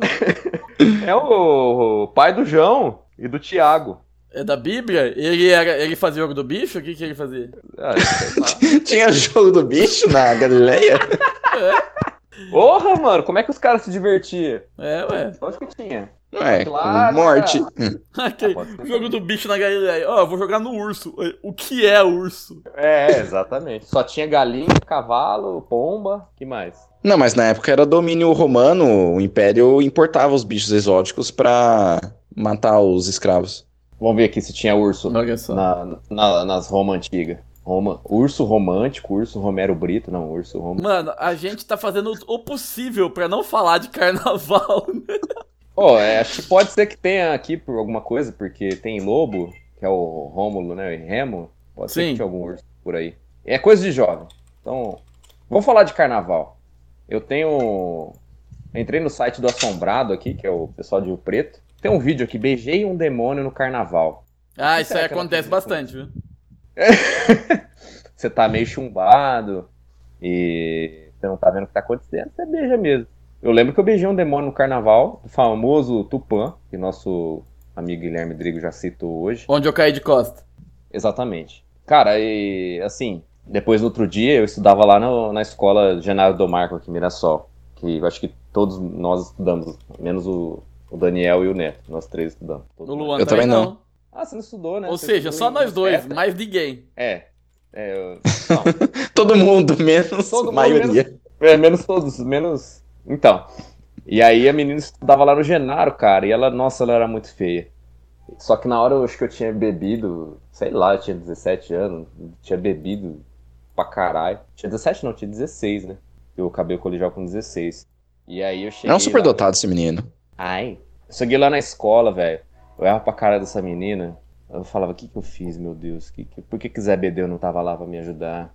[SPEAKER 4] É o, o pai do João e do Tiago.
[SPEAKER 1] É da Bíblia? Ele era, ele fazia jogo do bicho? O que que ele fazia?
[SPEAKER 4] Ah, sei lá.
[SPEAKER 2] Tinha jogo do bicho na Galileia?
[SPEAKER 4] Porra, mano, como é que os caras se divertiam?
[SPEAKER 1] É, ué.
[SPEAKER 4] Só isso que tinha.
[SPEAKER 2] É,
[SPEAKER 4] Claro,
[SPEAKER 2] com morte.
[SPEAKER 1] Aquele
[SPEAKER 4] Ah, pode ser.
[SPEAKER 1] jogo do bicho na Galileia. Ó, eu vou jogar no urso. O que é urso?
[SPEAKER 4] É, exatamente. Só tinha galinha, cavalo, pomba, que mais?
[SPEAKER 2] Não, mas na época era domínio romano, o império importava os bichos exóticos pra matar os escravos.
[SPEAKER 4] Vamos ver aqui se tinha urso
[SPEAKER 1] Olha só.
[SPEAKER 4] na, na- nas Roma antiga. Roma, urso romântico, urso Romero Brito, não, urso Roma.
[SPEAKER 1] Mano, a gente tá fazendo o possível pra não falar de carnaval.
[SPEAKER 4] Ó, é, acho que pode ser que tenha aqui por alguma coisa, porque tem lobo, que é o Rômulo, né, e Remo. Pode ser
[SPEAKER 1] Sim.
[SPEAKER 4] que tinha algum urso por aí. É coisa de jovem. Então, vamos falar de carnaval. Eu tenho... Entrei no site do Assombrado aqui, que é o pessoal de Rio Preto. Tem um vídeo aqui, beijei um demônio no carnaval.
[SPEAKER 1] Ah, isso aí
[SPEAKER 4] Será que ela
[SPEAKER 1] acontece
[SPEAKER 4] fez isso?
[SPEAKER 1] bastante, viu?
[SPEAKER 4] Você tá meio chumbado e você não tá vendo o que tá acontecendo, você beija mesmo. Eu lembro que eu beijei um demônio no carnaval, o famoso Tupã, que nosso amigo Guilherme Drigo já citou hoje.
[SPEAKER 1] Onde eu caí de costa.
[SPEAKER 4] Exatamente. Cara, e assim, depois no outro dia eu estudava lá no- na escola Genaro Domarco aqui em Mirassol, que eu acho que todos nós estudamos, menos o, o Daniel e o Neto, nós três estudamos.
[SPEAKER 1] No Luan
[SPEAKER 2] Eu também não.
[SPEAKER 4] Ah, você não estudou, né?
[SPEAKER 1] Ou
[SPEAKER 4] Você
[SPEAKER 1] seja,
[SPEAKER 4] estudou
[SPEAKER 1] só
[SPEAKER 4] em-
[SPEAKER 1] nós dois, né?
[SPEAKER 4] É,
[SPEAKER 1] mais ninguém.
[SPEAKER 4] é. é eu- não,
[SPEAKER 2] Todo mundo, menos
[SPEAKER 4] Todo
[SPEAKER 2] a
[SPEAKER 4] mundo,
[SPEAKER 2] maioria. um
[SPEAKER 4] É, menos todos, menos. Então. E aí a menina estudava lá no Genaro, cara, e ela, nossa, ela era muito feia. Só que na hora eu acho que eu tinha bebido, sei lá, eu tinha 17 anos, tinha bebido pra caralho. Tinha 17 não, tinha 16, né? Eu acabei o colegial com 16. E aí eu cheguei.
[SPEAKER 2] Não é um
[SPEAKER 4] lá-
[SPEAKER 2] superdotado esse menino.
[SPEAKER 4] Ai. Eu cheguei lá na escola, velho. Eu erro pra cara dessa menina. Eu falava, o que que eu fiz, meu Deus? Que que- Por que que Zé Bedeu não tava lá pra me ajudar?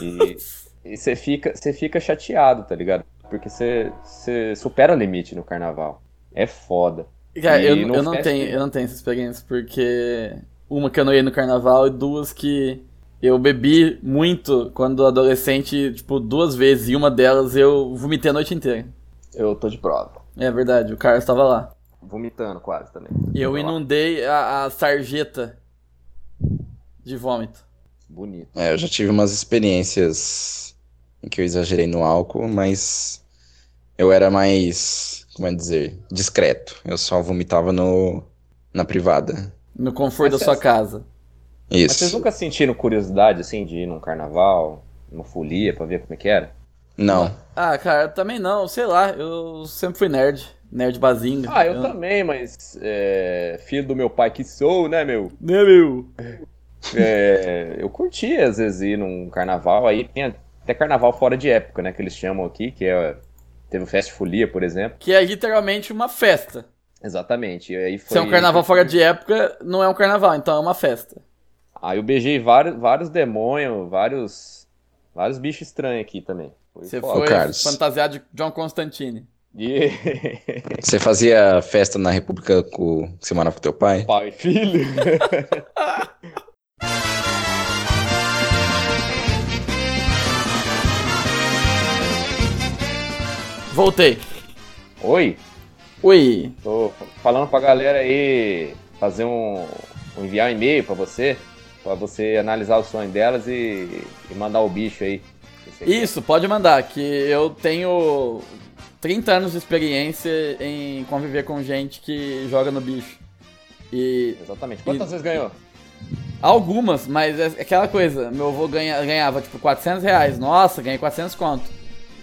[SPEAKER 4] E e você fica, você fica chateado, tá ligado? Porque você, você supera o limite no carnaval. É foda.
[SPEAKER 1] Cara, eu,
[SPEAKER 4] E não
[SPEAKER 1] eu não
[SPEAKER 4] festa,
[SPEAKER 1] tenho,
[SPEAKER 4] né?
[SPEAKER 1] eu não tenho essa experiência, porque uma que eu não ia no carnaval e duas que eu bebi muito quando adolescente, tipo, duas vezes, e uma delas eu vomitei a noite inteira.
[SPEAKER 4] Eu tô de prova.
[SPEAKER 1] É verdade, o Carlos tava lá.
[SPEAKER 4] Vomitando quase também.
[SPEAKER 1] E eu
[SPEAKER 4] Olha lá.
[SPEAKER 1] inundei a, a sarjeta de vômito.
[SPEAKER 4] Bonito.
[SPEAKER 2] É, eu já tive umas experiências em que eu exagerei no álcool, mas eu era mais, como é dizer, discreto. Eu só vomitava no, na privada.
[SPEAKER 1] No conforto
[SPEAKER 4] Mas
[SPEAKER 1] da sua
[SPEAKER 4] você-
[SPEAKER 1] casa.
[SPEAKER 4] Mas vocês
[SPEAKER 2] Isso.
[SPEAKER 4] nunca sentiram curiosidade, assim, de ir num carnaval, numa folia, pra ver como é que era?
[SPEAKER 2] Não.
[SPEAKER 1] Ah, cara, também não, sei lá, eu sempre fui nerd. Nerd bazinga.
[SPEAKER 4] Ah, eu também, mas é, filho do meu pai que sou, né, meu?
[SPEAKER 1] Né, meu?
[SPEAKER 4] É, eu curti, às vezes, ir num carnaval. Aí tem até carnaval fora de época, né, que eles chamam aqui, que é... Teve o Fest Folia, por exemplo.
[SPEAKER 1] Que é literalmente uma festa.
[SPEAKER 4] Exatamente. E aí foi...
[SPEAKER 1] Se é um carnaval fora de época, não é um carnaval, então é uma festa.
[SPEAKER 4] Aí eu beijei vários, vários demônios, vários, vários bichos estranhos aqui também. Foi
[SPEAKER 1] Você
[SPEAKER 4] foda.
[SPEAKER 1] foi
[SPEAKER 2] Carlos.
[SPEAKER 1] fantasiado de John Constantine.
[SPEAKER 4] E...
[SPEAKER 2] Você fazia festa na República com que você morava com teu pai?
[SPEAKER 4] Pai e filho.
[SPEAKER 1] Voltei.
[SPEAKER 4] Oi,
[SPEAKER 1] Ui.
[SPEAKER 4] tô falando pra galera aí fazer um, um- enviar um e-mail pra você, pra você analisar o sonho delas e, e mandar o bicho aí.
[SPEAKER 1] Isso, pode mandar, que eu tenho 30 anos de experiência em conviver com gente que joga no bicho. E
[SPEAKER 4] Exatamente. Quantas vezes ganhou?
[SPEAKER 1] algumas, mas é aquela coisa, meu avô ganha- ganhava tipo 400 reais. Nossa, ganhei 400 conto.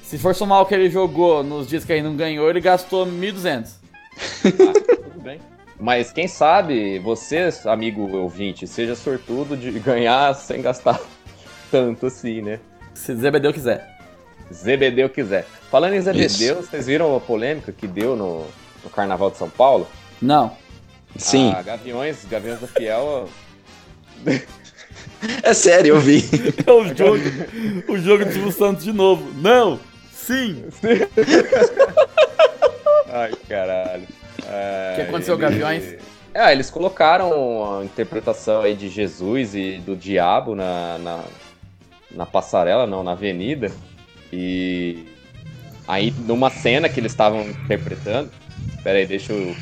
[SPEAKER 1] Se for somar o que ele jogou nos dias que ele não ganhou, ele gastou 1.200.
[SPEAKER 4] Ah, tudo bem. Mas quem sabe você, amigo ouvinte, seja sortudo de ganhar sem gastar tanto assim, né?
[SPEAKER 1] Se Zebedeu quiser.
[SPEAKER 4] Zebedeu quiser. Falando em Zebedeu, vocês viram a polêmica que deu no, no Carnaval de São Paulo?
[SPEAKER 1] Não.
[SPEAKER 2] Sim.
[SPEAKER 4] A Gaviões, Gaviões da Fiel.
[SPEAKER 2] É sério, eu vi.
[SPEAKER 1] É o jogo, o jogo do Silvio Santos de novo. Não! Sim!
[SPEAKER 4] Ai, caralho. É,
[SPEAKER 1] O que aconteceu, Gaviões?
[SPEAKER 4] É, eles colocaram a interpretação aí de Jesus e do diabo na, na, na passarela, não, na avenida. E aí, numa cena que eles estavam interpretando. Pera aí, deixa o,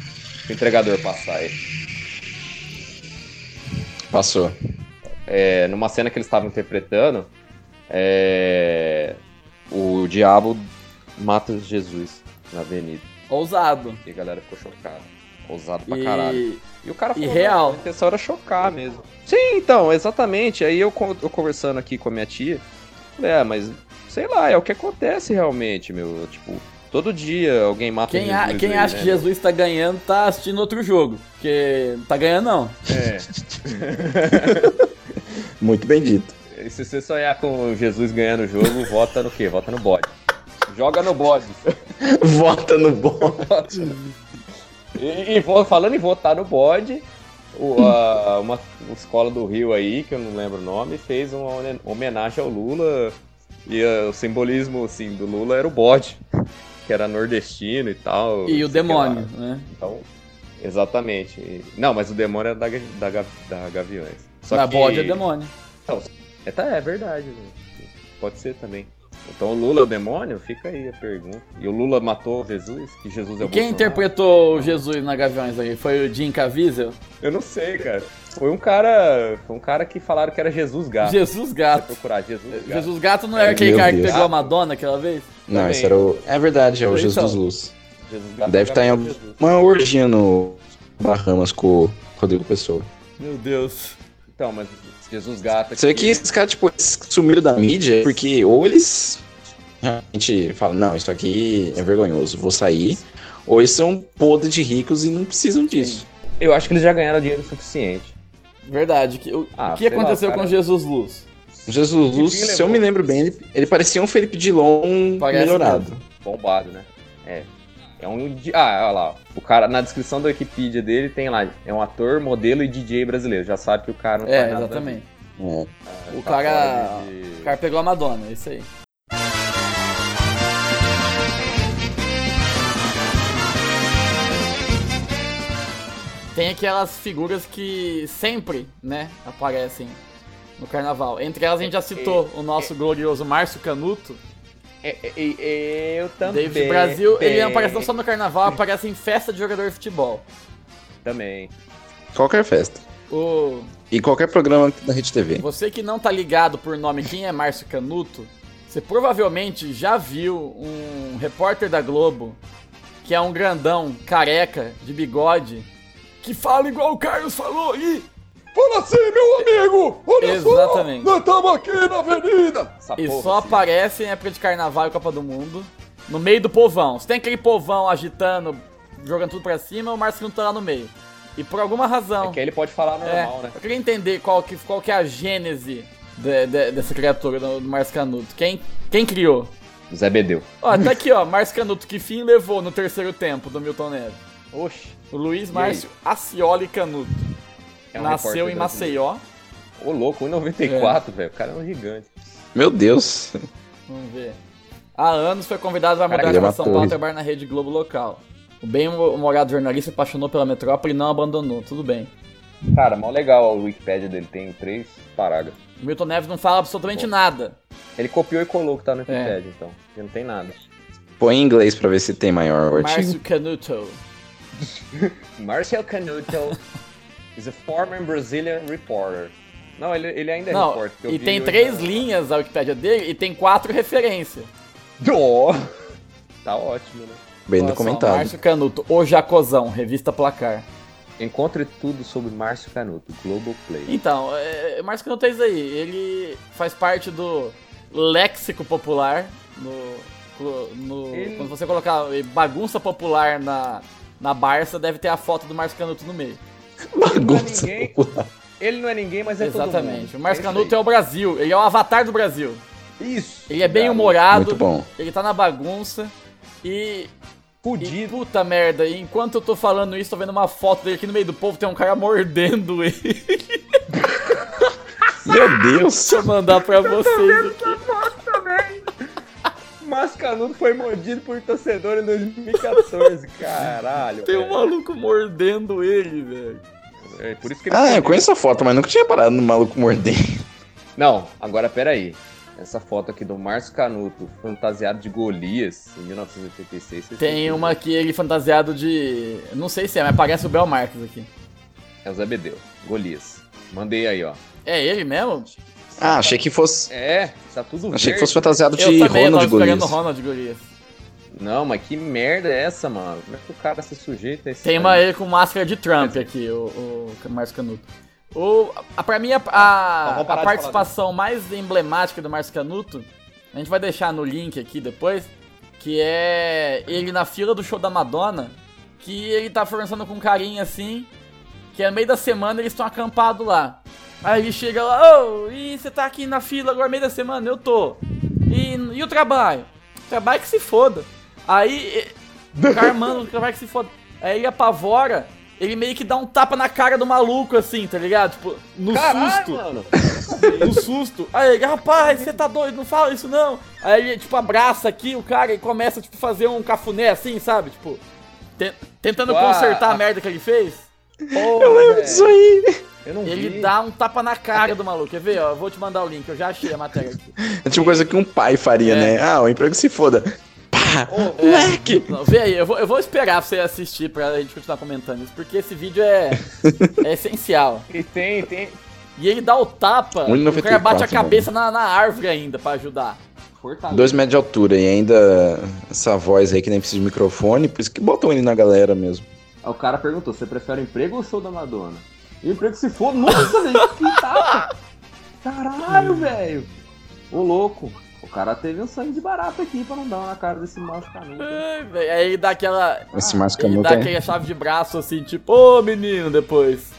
[SPEAKER 4] o entregador passar aí.
[SPEAKER 2] Passou.
[SPEAKER 4] é, numa cena que eles estavam interpretando, é, o diabo Matos Jesus na avenida.
[SPEAKER 1] Ousado.
[SPEAKER 4] E a galera ficou chocada. Ousado pra caralho.
[SPEAKER 1] E
[SPEAKER 4] E o cara
[SPEAKER 1] E
[SPEAKER 4] falou,
[SPEAKER 1] real.
[SPEAKER 4] "Não, A intenção era chocar mesmo. Sim, então, exatamente. Aí eu, con- eu conversando aqui com a minha tia, falei, ah, mas sei lá, é o que acontece realmente, meu. Tipo, todo dia alguém mata
[SPEAKER 1] quem,
[SPEAKER 4] Jesus
[SPEAKER 1] a- quem
[SPEAKER 4] aí,
[SPEAKER 1] acha
[SPEAKER 4] né,
[SPEAKER 1] que Jesus tá ganhando tá assistindo outro jogo. Porque não tá ganhando, não.
[SPEAKER 2] Muito bem dito.
[SPEAKER 4] É. E se você sonhar com Jesus ganhando o jogo, vota no quê? Vota no bode. Joga no bode.
[SPEAKER 2] Vota no bom.
[SPEAKER 4] E, e vo- falando em votar no bode, o- a- uma escola do Rio aí, que eu não lembro o nome, fez uma homen- homenagem ao Lula. E ah, o simbolismo assim, do Lula era o bode, que era nordestino e tal.
[SPEAKER 1] E o
[SPEAKER 4] não sei que lá.
[SPEAKER 1] demônio, né?
[SPEAKER 4] Então, exatamente. E- Não, mas o demônio era da, ga- da, ga- da Gaviões. Só
[SPEAKER 1] Na
[SPEAKER 4] que...
[SPEAKER 1] bode é demônio.
[SPEAKER 4] É, tá, é verdade. né? Pode ser também. Então o Lula é o demônio? Fica aí a pergunta. E o Lula matou Jesus? Que Jesus é o
[SPEAKER 1] E quem
[SPEAKER 4] Bolsonaro?
[SPEAKER 1] interpretou o Jesus na Gaviões aí? Foi o Jim Caviezel?
[SPEAKER 4] Eu não sei, cara. Foi um cara. Foi um cara que falaram que era Jesus Gato.
[SPEAKER 1] Jesus
[SPEAKER 4] Vai
[SPEAKER 1] Gato.
[SPEAKER 4] procurar Jesus Gato. É,
[SPEAKER 1] Jesus Gato não era
[SPEAKER 2] Meu
[SPEAKER 1] aquele cara que
[SPEAKER 2] Deus.
[SPEAKER 1] pegou a Madonna aquela vez?
[SPEAKER 2] Não,
[SPEAKER 4] Também.
[SPEAKER 2] esse era o. É verdade, é Tá, o
[SPEAKER 1] Então.
[SPEAKER 2] Jesus Luz.
[SPEAKER 4] Jesus Gato
[SPEAKER 2] Deve
[SPEAKER 4] é
[SPEAKER 2] estar em
[SPEAKER 4] Jesus.
[SPEAKER 2] alguma orgia no Bahamas com o Rodrigo Pessoa.
[SPEAKER 1] Meu Deus.
[SPEAKER 4] Então, mas Jesus Gato.
[SPEAKER 2] Será que esses caras, tipo, eles sumiram da mídia? Porque ou eles realmente falam, não, isso aqui é vergonhoso, vou sair. Ou eles são podres de ricos e não precisam disso.
[SPEAKER 4] Eu acho que eles já ganharam dinheiro suficiente.
[SPEAKER 1] Verdade. que- o
[SPEAKER 4] Ah,
[SPEAKER 1] o que
[SPEAKER 4] sei lá,
[SPEAKER 1] aconteceu
[SPEAKER 4] cara.
[SPEAKER 1] com Jesus Luz?
[SPEAKER 2] Jesus Luz,
[SPEAKER 4] Enfim,
[SPEAKER 2] se eu
[SPEAKER 4] levou.
[SPEAKER 2] me lembro bem, ele, ele parecia um Felipe Dilon
[SPEAKER 1] Parece
[SPEAKER 2] melhorado.
[SPEAKER 4] Bombado, né? É. É um. di- Ah, olha lá. O cara, na descrição da Wikipedia dele tem lá. É um ator, modelo e DJ brasileiro. Já sabe que o cara não
[SPEAKER 1] É,
[SPEAKER 4] faz nada da
[SPEAKER 1] exatamente.
[SPEAKER 2] É.
[SPEAKER 4] vida.
[SPEAKER 1] O
[SPEAKER 4] Tá
[SPEAKER 1] cara-
[SPEAKER 4] fora de-
[SPEAKER 1] O cara pegou a Madonna, é isso aí. Tem aquelas figuras que sempre, né, aparecem no carnaval. Entre elas a gente já citou o nosso glorioso Márcio Canuto.
[SPEAKER 4] É, é, é, eu também.
[SPEAKER 1] David Brasil, ele não aparece
[SPEAKER 4] apareceu
[SPEAKER 1] não só no carnaval, aparece em festa de jogador de futebol.
[SPEAKER 4] Também.
[SPEAKER 2] É. Qualquer festa.
[SPEAKER 1] O,
[SPEAKER 2] E qualquer programa da Rede TV.
[SPEAKER 1] você que não tá ligado por nome quem é Márcio Canuto, você provavelmente já viu um repórter da Globo, que é um grandão, careca, de bigode, que fala igual o Carlos falou aí.
[SPEAKER 3] Fala assim, meu amigo! Olha
[SPEAKER 1] Exatamente.
[SPEAKER 3] só! Nós estamos aqui na avenida!
[SPEAKER 4] Essa
[SPEAKER 1] E
[SPEAKER 4] porra,
[SPEAKER 1] só
[SPEAKER 4] assim.
[SPEAKER 1] aparece em época de carnaval e Copa do Mundo, no meio do povão. Se tem aquele povão agitando, jogando tudo pra cima, o Márcio Canuto tá lá no meio. E por alguma razão...
[SPEAKER 4] É que aí ele pode falar
[SPEAKER 1] É,
[SPEAKER 4] normal, né?
[SPEAKER 1] Eu queria entender qual que, qual que é a gênese de- de- dessa criatura do, do Márcio Canuto. Quem, quem criou?
[SPEAKER 4] Zé Bedeu.
[SPEAKER 1] Ó, tá aqui, ó. Márcio Canuto, que fim levou no terceiro tempo do Milton Neves?
[SPEAKER 4] Oxe.
[SPEAKER 1] O Luiz
[SPEAKER 4] aí?
[SPEAKER 1] Márcio Acioli Canuto.
[SPEAKER 4] É um
[SPEAKER 1] nasceu
[SPEAKER 4] repórter
[SPEAKER 1] em
[SPEAKER 4] brasileiro.
[SPEAKER 1] Maceió.
[SPEAKER 4] Ô, louco, 1,94, velho. O cara é um gigante.
[SPEAKER 2] Meu Deus.
[SPEAKER 1] Vamos ver. Há anos foi convidado para
[SPEAKER 4] Caraca,
[SPEAKER 1] mudar
[SPEAKER 2] ele é
[SPEAKER 1] para
[SPEAKER 2] uma
[SPEAKER 1] São Paulo e
[SPEAKER 2] torre.
[SPEAKER 1] trabalhar na Rede Globo local. O bem-humorado jornalista se apaixonou pela metrópole e não abandonou. Tudo bem.
[SPEAKER 4] Cara, mó legal a Wikipédia dele. Tem três parágrafos.
[SPEAKER 1] O Milton Neves não fala absolutamente nada.
[SPEAKER 4] Ele copiou e colou o que tá no
[SPEAKER 1] É.
[SPEAKER 4] Wikipédia, então. Porque não tem nada.
[SPEAKER 2] Põe em inglês pra ver se tem maior o artigo.
[SPEAKER 1] Márcio Canuto.
[SPEAKER 4] Marcel Canuto is a former Brazilian reporter. Não, ele, ele ainda é
[SPEAKER 1] Não,
[SPEAKER 4] repórter. porque eu
[SPEAKER 1] e
[SPEAKER 4] vi
[SPEAKER 1] tem
[SPEAKER 4] hoje
[SPEAKER 1] três
[SPEAKER 4] na-
[SPEAKER 1] linhas a Wikipédia dele e tem quatro referências.
[SPEAKER 4] Dó. Tá ótimo, né?
[SPEAKER 2] Bem
[SPEAKER 1] Olha só,
[SPEAKER 2] documentado.
[SPEAKER 1] Márcio Canuto, O Jacozão, revista Placar.
[SPEAKER 4] Encontre tudo sobre Márcio Canuto, Global Play.
[SPEAKER 1] Então, é, é, Márcio Canuto é isso aí. Ele faz parte do léxico popular. No, no-
[SPEAKER 4] Ele-
[SPEAKER 1] Quando você colocar bagunça popular na, na Barça, deve ter a foto do Márcio Canuto no meio.
[SPEAKER 2] Bagunça.
[SPEAKER 4] é Ninguém-
[SPEAKER 2] popular.
[SPEAKER 4] Ele não é ninguém, mas é todo mundo.
[SPEAKER 1] Exatamente. O Márcio Canuto é o Brasil. Ele é o avatar do Brasil.
[SPEAKER 4] Isso. Tá
[SPEAKER 1] Ele é bem
[SPEAKER 4] garoto.
[SPEAKER 1] humorado,
[SPEAKER 2] Muito bom.
[SPEAKER 1] ele tá na bagunça. E E,
[SPEAKER 4] Fudido.
[SPEAKER 1] puta merda, e enquanto eu tô falando isso, tô vendo uma foto dele aqui no meio do povo, tem um cara mordendo ele.
[SPEAKER 2] Meu Deus.
[SPEAKER 1] Deixa eu mandar pra vocês aqui.
[SPEAKER 4] Mas Canuto foi mordido por torcedor em 2014, caralho.
[SPEAKER 1] Tem um
[SPEAKER 4] velho.
[SPEAKER 1] maluco mordendo ele, velho.
[SPEAKER 4] É, por isso que ele
[SPEAKER 2] Ah, eu
[SPEAKER 4] perdeu.
[SPEAKER 2] conheço a foto, mas nunca tinha parado no maluco mordendo.
[SPEAKER 4] Não, agora peraí. Essa foto aqui do Márcio Canuto, fantasiado de Golias, em 1986. vocês
[SPEAKER 1] Tem
[SPEAKER 4] viram?
[SPEAKER 1] uma aqui, ele fantasiado de. Não sei se é, mas parece o Bel Marques aqui.
[SPEAKER 4] É o Zé Bedeu, Golias. Mandei aí, ó.
[SPEAKER 1] É ele mesmo?
[SPEAKER 2] Ah, achei que fosse.
[SPEAKER 4] É, tá tudo
[SPEAKER 2] Achei que
[SPEAKER 4] verde.
[SPEAKER 2] fosse fantasiado
[SPEAKER 1] Eu
[SPEAKER 2] de
[SPEAKER 1] também
[SPEAKER 2] Ronald
[SPEAKER 1] tava esperando
[SPEAKER 2] Golias.
[SPEAKER 1] o Ronald Golias.
[SPEAKER 4] Não, mas que merda é essa, mano? Como é que o cara se sujeita a esse.
[SPEAKER 1] Tem uma ele com máscara de Trump aqui, o, o Márcio Canuto. O, a, pra mim, a, a-
[SPEAKER 3] Então vamos parar
[SPEAKER 1] a
[SPEAKER 3] de
[SPEAKER 1] participação mais emblemática do Márcio Canuto, a gente vai deixar no link aqui depois, que é ele na fila do show da Madonna, que ele tá conversando com um carinha assim, que é meio da semana eles estão acampados lá. Aí ele chega lá, ô, e você tá aqui na fila agora meio da semana? Eu tô. E, e o trabalho? Trabalho que se foda. Aí e- o cara, mano, trabalho que se foda. Aí ele apavora, ele meio que dá um tapa na cara do maluco, assim, tá ligado? Tipo, no susto.
[SPEAKER 4] mano.
[SPEAKER 1] No susto. Aí ele, rapaz, você tá doido, não fala isso não. Aí ele, tipo, abraça aqui o cara e começa, tipo, fazer um cafuné assim, sabe? Tipo, te- tentando
[SPEAKER 4] Uá.
[SPEAKER 1] consertar a merda que ele fez.
[SPEAKER 4] eu lembro
[SPEAKER 2] É
[SPEAKER 4] disso aí. Eu não vi.
[SPEAKER 1] Ele dá um tapa na cara do maluco. Quer ver? Ó, eu vou te mandar o link, eu já achei a matéria aqui.
[SPEAKER 2] É tipo coisa que um pai faria,
[SPEAKER 1] É.
[SPEAKER 2] né? Ah, o emprego se foda. Pá!
[SPEAKER 1] É,
[SPEAKER 2] moleque!
[SPEAKER 1] não, vê aí, eu vou, eu vou esperar pra você assistir pra gente continuar comentando isso, porque esse vídeo é, é essencial.
[SPEAKER 4] E tem, tem.
[SPEAKER 1] E ele dá o tapa, o
[SPEAKER 2] 1,94,
[SPEAKER 1] cara bate a cabeça na, na árvore ainda pra ajudar.
[SPEAKER 4] Fortaleza.
[SPEAKER 2] Dois metros de altura e ainda essa voz aí que nem precisa de microfone, por isso que botam ele na galera mesmo.
[SPEAKER 4] Aí o cara perguntou: você prefere o emprego ou o show da Madonna? E o emprego se for, nossa, gente, que tapa!
[SPEAKER 1] Hum.
[SPEAKER 4] Caralho, velho! Ô louco! O cara teve um sangue de barata aqui pra não dar uma na cara desse macho canudo.
[SPEAKER 1] Ai, velho, Aí ele dá aquela.
[SPEAKER 2] Esse mais
[SPEAKER 1] Ele
[SPEAKER 2] canuto
[SPEAKER 1] dá
[SPEAKER 2] é...
[SPEAKER 1] aquela chave de braço assim, tipo, ô menino, depois.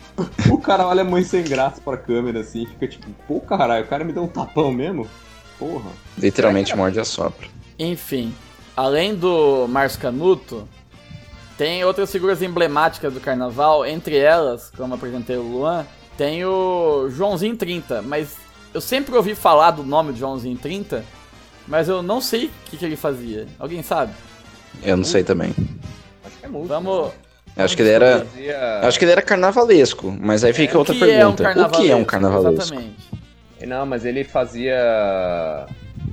[SPEAKER 4] O cara olha muito sem graça pra câmera assim, e fica tipo, pô, caralho, o cara me deu um tapão mesmo? Porra.
[SPEAKER 2] literalmente morde a sopra.
[SPEAKER 1] Enfim, além do Márcio Canuto, tem outras figuras emblemáticas do carnaval, entre elas, como apresentei o Luan, tem o Joãozinho 30, mas eu sempre ouvi falar do nome do Joãozinho 30, mas eu não sei o que, que ele fazia. Alguém sabe?
[SPEAKER 2] Eu não sei
[SPEAKER 1] Hum.
[SPEAKER 2] também.
[SPEAKER 4] Acho que é muito.
[SPEAKER 1] Vamos.
[SPEAKER 2] Acho que ele era.
[SPEAKER 4] Fazia...
[SPEAKER 2] É. Acho que ele era carnavalesco, mas aí fica
[SPEAKER 1] o
[SPEAKER 2] outra
[SPEAKER 1] que é um
[SPEAKER 2] pergunta. o
[SPEAKER 1] carnavalesco?
[SPEAKER 2] que é um carnavalesco?
[SPEAKER 1] Exatamente.
[SPEAKER 4] Não, mas ele fazia.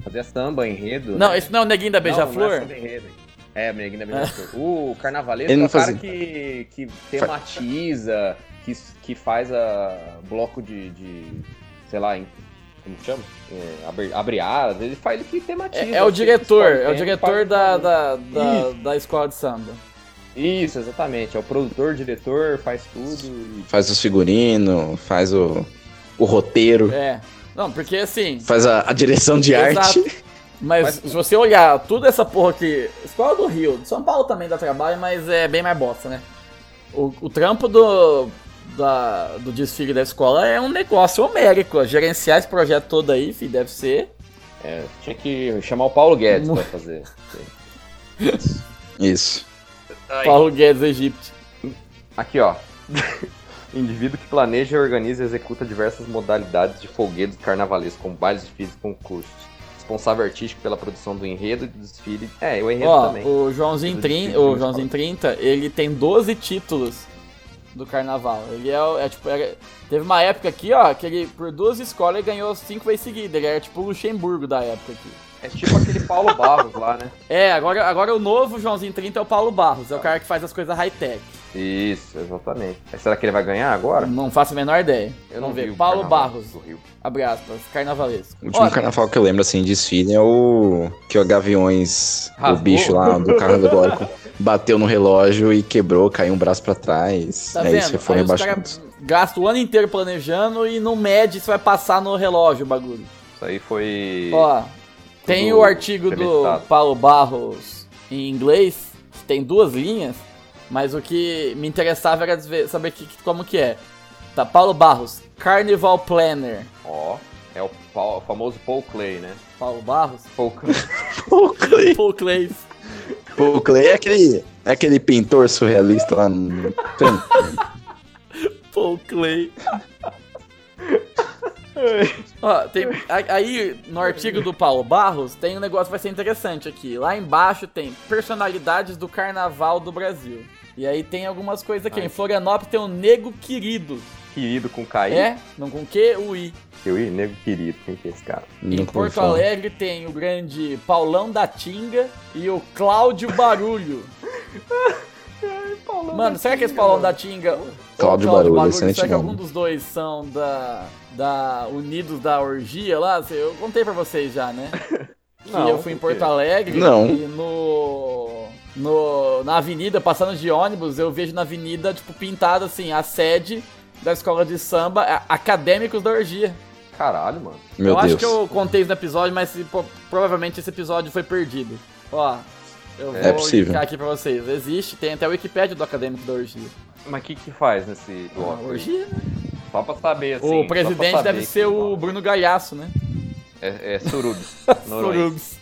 [SPEAKER 4] Fazia samba, enredo.
[SPEAKER 1] Não,
[SPEAKER 4] né?
[SPEAKER 1] esse não é o neguinho da
[SPEAKER 4] Não, não é
[SPEAKER 1] Beija-Flor?
[SPEAKER 4] samba enredo. É, Meneguinho da Beija-Flor. O carnavalesco
[SPEAKER 2] Ele
[SPEAKER 4] é
[SPEAKER 2] não
[SPEAKER 4] o cara
[SPEAKER 2] fazia.
[SPEAKER 4] que, que tematiza, que, que faz a bloco de, de, sei lá, em- como chama? É, abre, abre alas, ele faz ele que tematiza.
[SPEAKER 1] é, é o
[SPEAKER 4] assim,
[SPEAKER 1] diretor, é o
[SPEAKER 4] escolhe tema e
[SPEAKER 1] diretor
[SPEAKER 4] faz-
[SPEAKER 1] da, da, da, da escola de samba.
[SPEAKER 4] Isso, exatamente. É o produtor, diretor, faz tudo. e-
[SPEAKER 2] Faz os figurino, faz o, o roteiro,
[SPEAKER 1] É. Não, porque assim.
[SPEAKER 2] faz a, a direção de
[SPEAKER 1] Exato.
[SPEAKER 2] arte.
[SPEAKER 1] Mas,
[SPEAKER 4] Mas-
[SPEAKER 1] se você olhar toda essa porra aqui, escola do Rio, de São Paulo também dá trabalho, mas é bem mais bosta, né? O, o trampo do, da- do desfile da escola é um negócio homérico. ó. Gerenciar esse projeto todo aí, fi, deve ser.
[SPEAKER 4] É, tinha que chamar o Paulo Guedes
[SPEAKER 1] Mu-
[SPEAKER 4] pra fazer.
[SPEAKER 2] Isso.
[SPEAKER 1] Paulo Guedes Egipte.
[SPEAKER 4] Aqui, ó. Indivíduo que planeja, organiza e executa diversas modalidades de folguedos carnavalescos, como bailes, desfiles e concursos. Responsável artístico pela produção do enredo e do desfile. É, o enredo
[SPEAKER 1] Ó,
[SPEAKER 4] também.
[SPEAKER 1] o Joãozinho,
[SPEAKER 4] Tudo
[SPEAKER 1] Trin,
[SPEAKER 4] desfile
[SPEAKER 1] o
[SPEAKER 4] de
[SPEAKER 1] Joãozinho 30, ele tem 12 títulos do carnaval. Ele é, o- é tipo. era- teve uma época aqui, ó, que ele, por duas escolas, ele ganhou cinco vezes seguida. Ele era tipo o Luxemburgo da época aqui.
[SPEAKER 4] É tipo aquele Paulo Barros lá, né?
[SPEAKER 1] É, agora, agora o novo Joãozinho 30 é o Paulo Barros, é o cara que faz as coisas high-tech.
[SPEAKER 4] Isso, exatamente. Mas será que ele vai ganhar agora?
[SPEAKER 1] Não faço a menor ideia.
[SPEAKER 4] Eu
[SPEAKER 1] Hum, Vamos
[SPEAKER 4] vi
[SPEAKER 1] ver.
[SPEAKER 4] o
[SPEAKER 1] Paulo
[SPEAKER 4] carnaval
[SPEAKER 1] Barros,
[SPEAKER 4] do Rio.
[SPEAKER 1] abre aspas, carnavalesco.
[SPEAKER 2] O último
[SPEAKER 1] Ó,
[SPEAKER 2] carnaval que eu lembro, assim, de desfile é o que o Gaviões,
[SPEAKER 4] Rasgou.
[SPEAKER 2] o bicho lá do carro alegórico, bateu no relógio e quebrou, caiu um braço pra trás.
[SPEAKER 1] Tá
[SPEAKER 2] é isso,
[SPEAKER 1] vendo?
[SPEAKER 2] foram
[SPEAKER 1] Aí os
[SPEAKER 2] rebaixados.
[SPEAKER 1] caras gastam o ano inteiro planejando e não mede se vai passar no relógio o bagulho.
[SPEAKER 4] Isso aí foi.
[SPEAKER 1] Ó, tem
[SPEAKER 4] Do
[SPEAKER 1] o artigo do
[SPEAKER 4] entrevistado.
[SPEAKER 1] Paulo Barros em inglês, que tem duas linhas, mas o que me interessava era ver- saber que- como que é. Tá, Paulo Barros, Carnival Planner.
[SPEAKER 4] Ó, é o, Paul- o famoso Paul Clay, né?
[SPEAKER 1] Paulo Barros?
[SPEAKER 4] Paul Clay.
[SPEAKER 2] O Clay,
[SPEAKER 1] Paul Clays.
[SPEAKER 2] o Clay é aquele, é aquele pintor surrealista lá no.
[SPEAKER 1] Paul Clay. Ó, tem- a- aí, no artigo do Paulo Barros, tem um negócio que vai ser interessante aqui. Lá embaixo tem personalidades do carnaval do Brasil. E aí tem algumas coisas aqui. Em Florianópolis tem o Nego Querido.
[SPEAKER 4] querido com KI.
[SPEAKER 1] É? Não com Q, o I.
[SPEAKER 4] Eu ia, nego querido, quem que é esse cara?
[SPEAKER 1] Em
[SPEAKER 2] Nunca ouvi
[SPEAKER 1] Porto
[SPEAKER 2] falar.
[SPEAKER 1] Alegre tem o grande Paulão da Tinga e o Cláudio Barulho. Mano, será que esse Paulão da Tinga. ou
[SPEAKER 2] Cláudio Barulho, é excelente
[SPEAKER 1] será que
[SPEAKER 2] nome.
[SPEAKER 1] algum dos dois são da. da Unidos da Orgia lá? Eu contei pra vocês já, né? Que
[SPEAKER 4] Não,
[SPEAKER 1] eu fui em
[SPEAKER 4] por quê?
[SPEAKER 1] Porto Alegre
[SPEAKER 2] Não.
[SPEAKER 1] e no. no, na avenida, passando de ônibus, eu vejo na avenida, tipo, pintado assim, a sede da escola de samba, a- Acadêmicos da Orgia.
[SPEAKER 4] Caralho, mano.
[SPEAKER 2] Meu
[SPEAKER 1] eu
[SPEAKER 2] Deus.
[SPEAKER 1] acho que eu contei isso no episódio, mas se- po- provavelmente esse episódio foi perdido. Ó, eu vou
[SPEAKER 2] É possível.
[SPEAKER 1] indicar aqui pra vocês. Existe, tem até o Wikipédia do Acadêmico da Orgia.
[SPEAKER 4] Mas o que que faz nesse bloco? aí?
[SPEAKER 1] Orgia, né?
[SPEAKER 4] Só pra saber, assim. só
[SPEAKER 1] o
[SPEAKER 4] pra
[SPEAKER 1] presidente
[SPEAKER 4] saber
[SPEAKER 1] deve
[SPEAKER 4] que-
[SPEAKER 1] ser o Bruno Galhaço, né?
[SPEAKER 4] É, é Surubis. Noronha.
[SPEAKER 1] Surubis.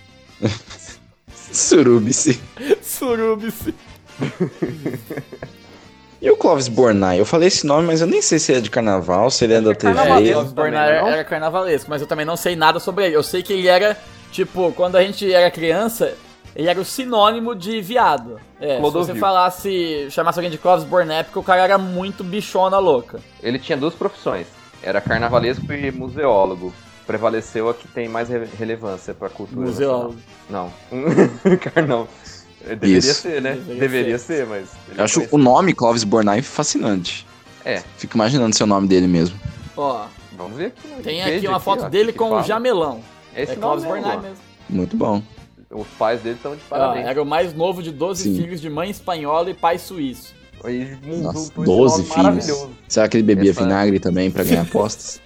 [SPEAKER 2] Surubice.
[SPEAKER 1] Surubis.
[SPEAKER 2] E o Clóvis Bornai? Eu falei esse nome, mas eu nem sei se ele é de carnaval, se ele é da TV.
[SPEAKER 4] carnavalesco.
[SPEAKER 1] Clóvis Bornai
[SPEAKER 4] também, não?
[SPEAKER 1] era carnavalesco, mas eu também não sei nada sobre ele. Eu sei que ele era, tipo, quando a gente era criança, ele era o sinônimo de viado. É, se
[SPEAKER 4] Clodovil.
[SPEAKER 1] você falasse, chamasse alguém de Clóvis Bornai, é porque o cara era muito bichona louca.
[SPEAKER 4] Ele tinha duas profissões. Era carnavalesco e museólogo. Prevaleceu a que tem mais re- relevância pra cultura.
[SPEAKER 1] Museólogo.
[SPEAKER 4] nacional. Não. Carnão. Deveria
[SPEAKER 2] Isso.
[SPEAKER 4] ser, né?
[SPEAKER 1] Deveria
[SPEAKER 4] Deveria,
[SPEAKER 1] ser.
[SPEAKER 4] ser. mas... ele
[SPEAKER 2] Eu acho
[SPEAKER 4] foi-
[SPEAKER 2] o nome Clóvis Bornai fascinante.
[SPEAKER 4] É.
[SPEAKER 2] Fico imaginando se é o nome dele mesmo.
[SPEAKER 1] Ó,
[SPEAKER 4] Vamos ver aqui. né?
[SPEAKER 1] tem
[SPEAKER 4] Veja
[SPEAKER 1] aqui uma foto
[SPEAKER 4] ó,
[SPEAKER 1] dele
[SPEAKER 4] que
[SPEAKER 1] com o
[SPEAKER 4] fala.
[SPEAKER 1] Jamelão.
[SPEAKER 4] É
[SPEAKER 1] É Ah,
[SPEAKER 4] esse nome
[SPEAKER 1] Clóvis
[SPEAKER 4] mesmo,
[SPEAKER 1] Bornai
[SPEAKER 4] ó.
[SPEAKER 1] mesmo.
[SPEAKER 2] Muito bom.
[SPEAKER 4] Os pais dele estão de
[SPEAKER 1] Ó,
[SPEAKER 4] parabéns.
[SPEAKER 1] era o mais novo de 12
[SPEAKER 2] Sim.
[SPEAKER 1] filhos de mãe espanhola e pai suíço.
[SPEAKER 4] Aí mudou
[SPEAKER 2] Nossa,
[SPEAKER 4] por esse
[SPEAKER 2] 12
[SPEAKER 4] nome
[SPEAKER 2] filhos.
[SPEAKER 4] maravilhoso.
[SPEAKER 2] Será que ele bebia
[SPEAKER 4] Essa-
[SPEAKER 2] vinagre também pra ganhar apostas?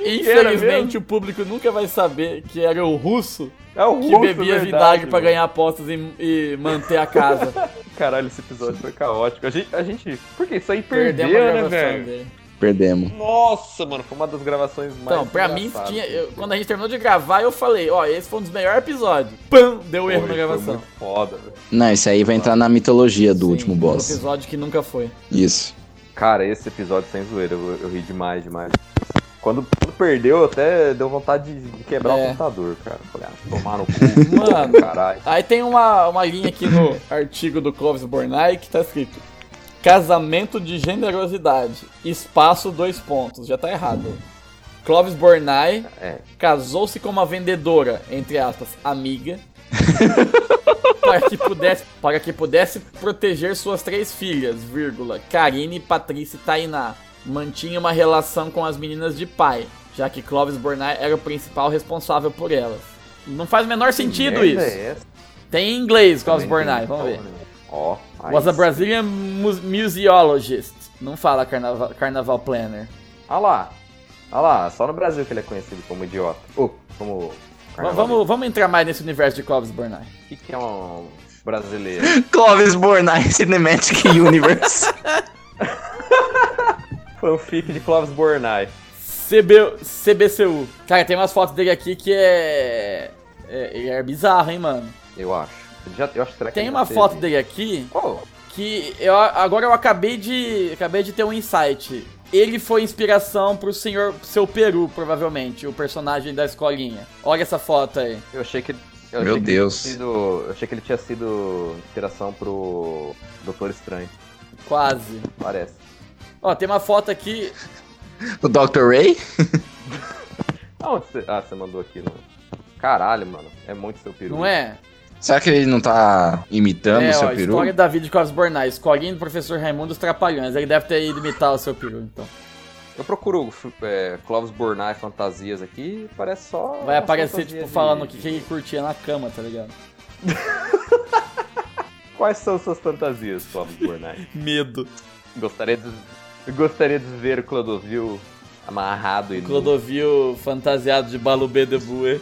[SPEAKER 4] era
[SPEAKER 1] Infelizmente, o público nunca vai saber que era o russo
[SPEAKER 4] É o
[SPEAKER 1] que
[SPEAKER 4] Russo,
[SPEAKER 1] bebia
[SPEAKER 4] verdade,
[SPEAKER 1] vinagre pra
[SPEAKER 4] mano.
[SPEAKER 1] ganhar apostas e, e manter a casa.
[SPEAKER 4] Caralho, esse episódio foi caótico. A gente. A gente por que isso aí perdeu,
[SPEAKER 1] Perdemos a
[SPEAKER 4] né,
[SPEAKER 1] gravação
[SPEAKER 4] velho?
[SPEAKER 1] dele.
[SPEAKER 2] Perdemos.
[SPEAKER 4] Nossa, mano, foi uma das gravações mais.
[SPEAKER 1] Então, pra mim,
[SPEAKER 4] engraçadas
[SPEAKER 1] tinha,
[SPEAKER 4] que
[SPEAKER 1] eu-
[SPEAKER 4] teve.
[SPEAKER 1] quando a gente terminou de gravar, eu falei, ó, esse foi um dos melhores episódios. Pam! Deu
[SPEAKER 4] Foi,
[SPEAKER 1] erro na
[SPEAKER 4] foi
[SPEAKER 1] gravação.
[SPEAKER 4] muito foda, velho.
[SPEAKER 2] Não, isso aí vai entrar na mitologia do
[SPEAKER 1] Sim,
[SPEAKER 2] último
[SPEAKER 1] Um
[SPEAKER 2] boss.
[SPEAKER 1] episódio que nunca foi.
[SPEAKER 2] Isso.
[SPEAKER 4] Cara, esse episódio sem zoeira, eu, eu ri demais, demais. Quando, quando perdeu, até deu vontade de, de quebrar
[SPEAKER 1] É.
[SPEAKER 4] o computador, cara. Eu Falei, ah, tomar no cu.
[SPEAKER 1] Mano.
[SPEAKER 4] Caralho.
[SPEAKER 1] Aí tem uma, uma linha aqui no artigo do Clóvis Bornai que tá escrito Casamento de generosidade, espaço dois pontos. Já tá errado. Clóvis Bornai
[SPEAKER 4] É.
[SPEAKER 1] casou-se com uma vendedora, entre aspas, amiga, para que pudesse, para que pudesse proteger suas três filhas, vírgula, Karine, Patrícia e Tainá. Mantinha uma relação com as meninas de pai, já que Clóvis Bornai era o principal responsável por elas. Não faz o menor sentido
[SPEAKER 4] Merda
[SPEAKER 1] isso.
[SPEAKER 4] é essa?
[SPEAKER 1] Tem em inglês, Clóvis
[SPEAKER 4] Também
[SPEAKER 1] Bornai,
[SPEAKER 4] tem-
[SPEAKER 1] vamos ver.
[SPEAKER 4] né, Ó, aí
[SPEAKER 1] Was a
[SPEAKER 4] sim.
[SPEAKER 1] Brazilian mu- museologist. Não fala carnaval, carnaval planner.
[SPEAKER 4] Ah lá. Ah lá, só no Brasil que ele é conhecido como idiota. Ô, como.
[SPEAKER 1] Va- Vamos, vamos entrar mais nesse universo de Clóvis Bornai.
[SPEAKER 4] O que, que é um brasileiro?
[SPEAKER 2] Clóvis Bornai Cinematic Universe.
[SPEAKER 4] Fanfic de Clóvis Bornai.
[SPEAKER 1] CB, CBCU. Cara, tem umas fotos dele aqui que é. é ele é bizarro, hein, mano.
[SPEAKER 4] Eu acho. Ele já, eu acho que será que
[SPEAKER 1] Tem
[SPEAKER 4] ele
[SPEAKER 1] uma
[SPEAKER 4] já
[SPEAKER 1] foto
[SPEAKER 4] teve.
[SPEAKER 1] dele aqui
[SPEAKER 4] Oh,
[SPEAKER 1] que eu, agora eu acabei de. acabei de ter um insight. Ele foi inspiração pro senhor seu Peru, provavelmente, o personagem da escolinha. Olha essa foto aí.
[SPEAKER 4] eu achei que.
[SPEAKER 2] Meu
[SPEAKER 4] Eu achei que
[SPEAKER 2] Deus.
[SPEAKER 4] ele tinha sido- eu achei que ele tinha sido inspiração pro Doutor Estranho.
[SPEAKER 1] Quase.
[SPEAKER 4] Parece.
[SPEAKER 1] Ó, tem uma foto aqui
[SPEAKER 2] o Dr. Ray?
[SPEAKER 4] Aonde você. Ah, você mandou aqui, mano. Caralho, mano. É muito seu peru.
[SPEAKER 1] Não é?
[SPEAKER 2] Será que ele não tá imitando
[SPEAKER 1] é,
[SPEAKER 2] o seu
[SPEAKER 1] ó,
[SPEAKER 2] peru?
[SPEAKER 1] História da vida de Clóvis Bornai, escolinha do professor Raimundo dos Trapalhões. Ele deve ter ido imitar o seu peru, então.
[SPEAKER 4] Eu procuro é, Clóvis Bornai fantasias aqui e parece só.
[SPEAKER 1] Vai
[SPEAKER 4] umas
[SPEAKER 1] aparecer,
[SPEAKER 4] fantasias
[SPEAKER 1] tipo,
[SPEAKER 4] de-
[SPEAKER 1] falando o que, que ele curtia na cama, tá ligado?
[SPEAKER 4] Quais são suas fantasias, Clóvis Bornai?
[SPEAKER 1] Medo.
[SPEAKER 4] gostaria, de, gostaria de ver o Clodovil amarrado e nu.
[SPEAKER 1] Clodovil fantasiado de Balubê de
[SPEAKER 2] É
[SPEAKER 1] Boué.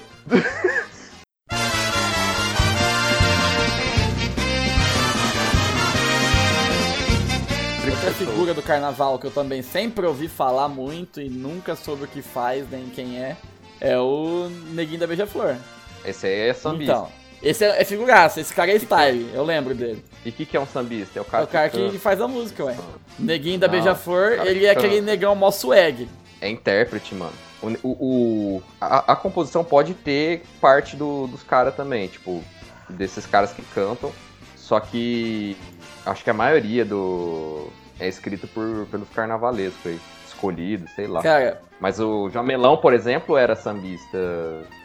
[SPEAKER 1] Outra é figura do carnaval que eu também sempre ouvi falar muito e nunca soube o que faz, nem quem é, é o Neguinho da Beija-Flor.
[SPEAKER 4] Esse aí é sambista.
[SPEAKER 1] Então, esse é, é figuraça, esse cara é style, eu lembro dele.
[SPEAKER 4] E o que, que é um sambista? É
[SPEAKER 1] É
[SPEAKER 4] o cara,
[SPEAKER 1] o cara
[SPEAKER 4] canta.
[SPEAKER 1] que faz a música, ué. Neguinho da
[SPEAKER 4] Não,
[SPEAKER 1] Beija-Flor,
[SPEAKER 4] cara
[SPEAKER 1] ele
[SPEAKER 4] que
[SPEAKER 1] é aquele
[SPEAKER 4] canta.
[SPEAKER 1] negão mó swag.
[SPEAKER 4] É intérprete, mano. O, o- o- a, a composição pode ter parte do- dos caras também, tipo, desses caras que cantam. Só que acho que a maioria do é escrito por, pelos carnavalescos aí, escolhidos, sei lá.
[SPEAKER 1] Cara,
[SPEAKER 4] Mas o Jamelão, por exemplo, era sambista,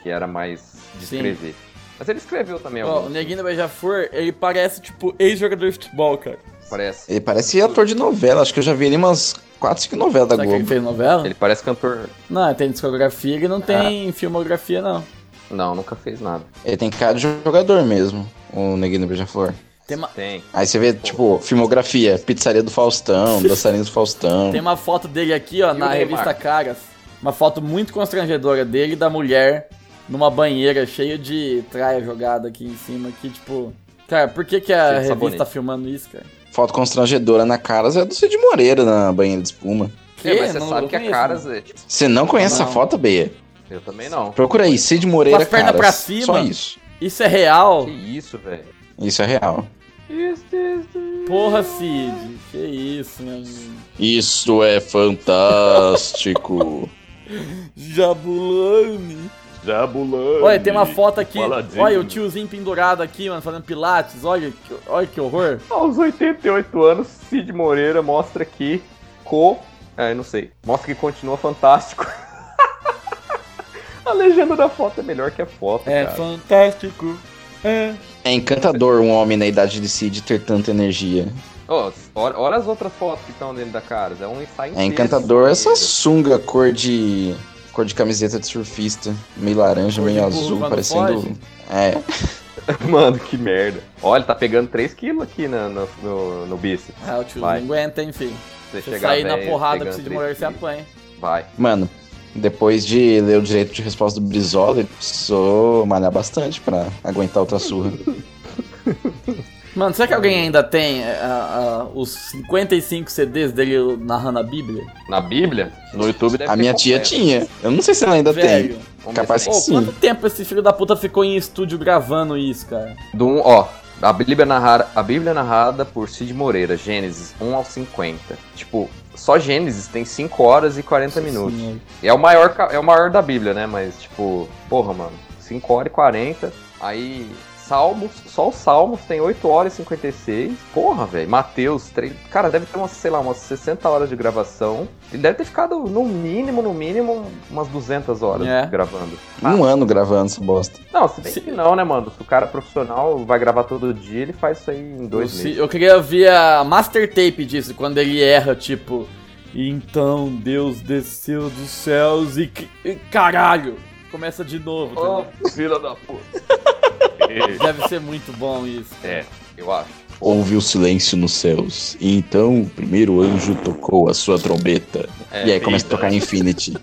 [SPEAKER 4] que era mais de
[SPEAKER 1] Sim.
[SPEAKER 4] escrever. Mas ele escreveu também
[SPEAKER 1] ó, o
[SPEAKER 4] alguns,
[SPEAKER 1] Neguinho da Beija-Flor, ele parece, tipo, ex-jogador de futebol, cara.
[SPEAKER 4] parece.
[SPEAKER 2] Ele parece ator de novela. Acho que eu já vi ele umas 4, 5
[SPEAKER 4] Tá
[SPEAKER 2] novelas da
[SPEAKER 1] Será que ele
[SPEAKER 2] Globo.
[SPEAKER 1] fez novela?
[SPEAKER 4] Ele parece cantor. Ah.
[SPEAKER 1] Não, tem discografia e não tem filmografia, não.
[SPEAKER 4] Não, nunca fez nada.
[SPEAKER 2] Ele tem cara de jogador mesmo, o Neguinho do Beija-Flor.
[SPEAKER 1] Tem uma,
[SPEAKER 4] Tem.
[SPEAKER 2] Aí você vê, tipo, filmografia, pizzaria do Faustão, dançarino do Faustão.
[SPEAKER 1] Tem uma foto dele aqui, ó,
[SPEAKER 4] E
[SPEAKER 1] na
[SPEAKER 4] o Neymar?
[SPEAKER 1] revista Caras. Uma foto muito constrangedora dele e da mulher numa banheira cheia de traia jogada aqui em cima, que tipo. Cara, por que, que a
[SPEAKER 4] Cheio de
[SPEAKER 1] revista
[SPEAKER 4] sabonete.
[SPEAKER 1] tá filmando isso, cara?
[SPEAKER 4] É,
[SPEAKER 2] Foto constrangedora na Caras é do Cid Moreira na banheira de espuma.
[SPEAKER 4] É, mas você
[SPEAKER 1] Não,
[SPEAKER 4] sabe
[SPEAKER 1] não
[SPEAKER 4] que a
[SPEAKER 1] conheço,
[SPEAKER 4] Caras
[SPEAKER 1] não.
[SPEAKER 4] é. tipo,
[SPEAKER 2] Você não conhece
[SPEAKER 1] Não.
[SPEAKER 2] essa foto, Beia?
[SPEAKER 4] eu também não.
[SPEAKER 2] Procura aí, Cid Moreira
[SPEAKER 1] Com as pernas
[SPEAKER 2] Caras.
[SPEAKER 1] pra cima.
[SPEAKER 2] Só isso.
[SPEAKER 1] Isso é real?
[SPEAKER 4] Que isso, velho.
[SPEAKER 2] Isso é real.
[SPEAKER 1] Porra, Cid. Que isso, meu amigo.
[SPEAKER 2] Isso é fantástico.
[SPEAKER 1] Jabulani.
[SPEAKER 4] Jabulani.
[SPEAKER 1] Olha, tem uma foto aqui.
[SPEAKER 4] Paladino.
[SPEAKER 1] Olha, o tiozinho pendurado aqui, mano, fazendo pilates. Olha, que- olha que horror.
[SPEAKER 4] Aos 88 anos, Cid Moreira mostra que co. É, eu não sei. Mostra que continua fantástico. a legenda da foto é melhor que a foto,
[SPEAKER 1] É
[SPEAKER 4] cara.
[SPEAKER 1] fantástico. É.
[SPEAKER 2] é encantador um homem na idade de Cid ter tanta energia.
[SPEAKER 4] Ó, olha, olha as outras fotos que estão dentro da Caras. É um ensaio
[SPEAKER 2] É
[SPEAKER 4] inteiro.
[SPEAKER 2] encantador essa sunga cor de. cor de camiseta de surfista, meio laranja,
[SPEAKER 1] Cor de
[SPEAKER 2] meio
[SPEAKER 1] burro
[SPEAKER 2] azul,
[SPEAKER 1] quando
[SPEAKER 2] parecendo.
[SPEAKER 1] foge.
[SPEAKER 2] É.
[SPEAKER 4] Mano, que merda. Olha, tá pegando 3kg aqui na- no, no, no bíceps.
[SPEAKER 1] Ah, o tiozinho
[SPEAKER 4] Vai.
[SPEAKER 1] aguenta, hein, filho.
[SPEAKER 4] Você
[SPEAKER 1] Você
[SPEAKER 4] chegar
[SPEAKER 1] sair na
[SPEAKER 4] velho,
[SPEAKER 1] porrada
[SPEAKER 4] pegando
[SPEAKER 1] pra Cid
[SPEAKER 4] 3
[SPEAKER 1] Moreira, você
[SPEAKER 4] quilos.
[SPEAKER 1] apanha.
[SPEAKER 4] Vai.
[SPEAKER 2] Mano, depois de ler o direito de resposta do Brizola, ele precisou malhar bastante pra aguentar outra surra.
[SPEAKER 1] Mano, será que alguém ainda tem é, a- a- os 55 CDs dele narrando a Bíblia?
[SPEAKER 4] Na Bíblia, no YouTube deve
[SPEAKER 2] A
[SPEAKER 4] ter
[SPEAKER 2] minha tia
[SPEAKER 4] completo.
[SPEAKER 2] tinha. Eu não sei se ela ainda tem.
[SPEAKER 1] Velho,
[SPEAKER 4] Vamos ver
[SPEAKER 2] Capaz
[SPEAKER 4] se é.
[SPEAKER 2] que
[SPEAKER 1] pô,
[SPEAKER 2] sim.
[SPEAKER 1] quanto tempo esse filho da puta ficou em estúdio gravando isso, cara?
[SPEAKER 4] Do um- ó, a Bíblia, narrada, a Bíblia narrada por Cid Moreira, Gênesis 1 ao 50. Tipo, só Gênesis tem 5 horas e 40 minutos.
[SPEAKER 1] Sim,
[SPEAKER 4] É o, maior, ca- é o maior da Bíblia, né? Mas, tipo, porra, mano, 5 horas e 40. Aí, Salmos, só os Salmos tem 8 horas e 56. Porra, velho, Mateus, três- cara, deve ter umas, sei lá, umas 60 horas de gravação. Ele deve ter ficado, no mínimo, no mínimo, umas 200 horas
[SPEAKER 1] É.
[SPEAKER 4] gravando.
[SPEAKER 2] Um ano gravando essa bosta.
[SPEAKER 4] Não, se bem
[SPEAKER 1] Se-
[SPEAKER 4] que não, né, mano? Se o cara é profissional vai gravar todo dia, ele faz isso aí em
[SPEAKER 1] eu,
[SPEAKER 4] dois
[SPEAKER 1] se-
[SPEAKER 4] meses.
[SPEAKER 1] eu queria ver a master tape disso, quando ele erra, tipo. Então Deus desceu dos céus e. que- e caralho! Começa de novo, tá
[SPEAKER 4] Oh.
[SPEAKER 1] ligado?
[SPEAKER 4] fila da puta.
[SPEAKER 1] Deve ser muito bom isso.
[SPEAKER 4] é, eu acho.
[SPEAKER 2] Houve o silêncio nos céus. E então o primeiro anjo tocou a sua trombeta.
[SPEAKER 4] É,
[SPEAKER 2] e aí começa a
[SPEAKER 4] vida.
[SPEAKER 2] tocar Infinity.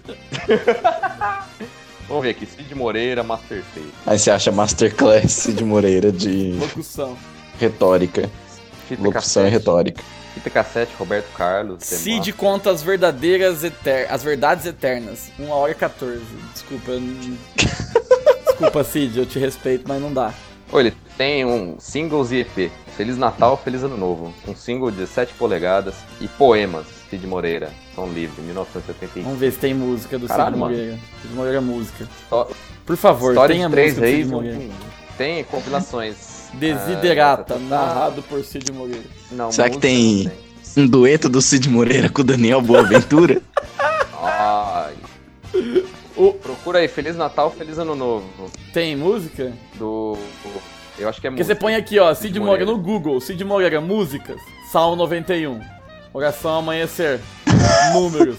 [SPEAKER 4] Vamos ver aqui, Cid Moreira, Master Tape.
[SPEAKER 2] Aí você acha Masterclass de Moreira de
[SPEAKER 1] Locução.
[SPEAKER 2] retórica.
[SPEAKER 4] Fita
[SPEAKER 2] Locução e retórica.
[SPEAKER 4] Fita cassete, Roberto Carlos.
[SPEAKER 1] Cid
[SPEAKER 4] Demar-
[SPEAKER 1] conta as verdadeiras eter... as verdades eternas. 1 hora e 14. Desculpa. eu não- Desculpa, Cid, eu te respeito, mas não dá.
[SPEAKER 4] Ô, ele tem um singles e EP. Feliz Natal, Feliz Ano Novo. Um single de 7 polegadas e poemas, Cid Moreira. São livre, 1975.
[SPEAKER 1] Vamos ver se tem música do
[SPEAKER 4] Caralho,
[SPEAKER 1] Cid
[SPEAKER 4] mano.
[SPEAKER 1] Moreira. Cid Moreira é música.
[SPEAKER 4] Ó,
[SPEAKER 1] Por favor,
[SPEAKER 4] História
[SPEAKER 1] tenha
[SPEAKER 4] de três
[SPEAKER 1] música do Cid
[SPEAKER 4] reis. um
[SPEAKER 1] Moreira.
[SPEAKER 4] Tem compilações.
[SPEAKER 1] Desiderata,
[SPEAKER 4] Ah,
[SPEAKER 1] narrado por Cid Moreira.
[SPEAKER 4] Não,
[SPEAKER 2] Será que
[SPEAKER 4] música
[SPEAKER 2] tem-
[SPEAKER 4] não tem.
[SPEAKER 2] Um dueto do Cid Moreira com o Daniel Boaventura.
[SPEAKER 4] Ai.
[SPEAKER 1] O-
[SPEAKER 4] Procura aí, Feliz Natal, Feliz Ano Novo.
[SPEAKER 1] Tem música?
[SPEAKER 4] Do. Eu acho que é
[SPEAKER 1] Porque você
[SPEAKER 4] música.
[SPEAKER 1] põe aqui, ó, Cid,
[SPEAKER 4] Cid
[SPEAKER 1] Moreira.
[SPEAKER 4] Moreira.
[SPEAKER 1] no Google, Cid Moreira, músicas, Salmo 91, Oração ao Amanhecer, Números,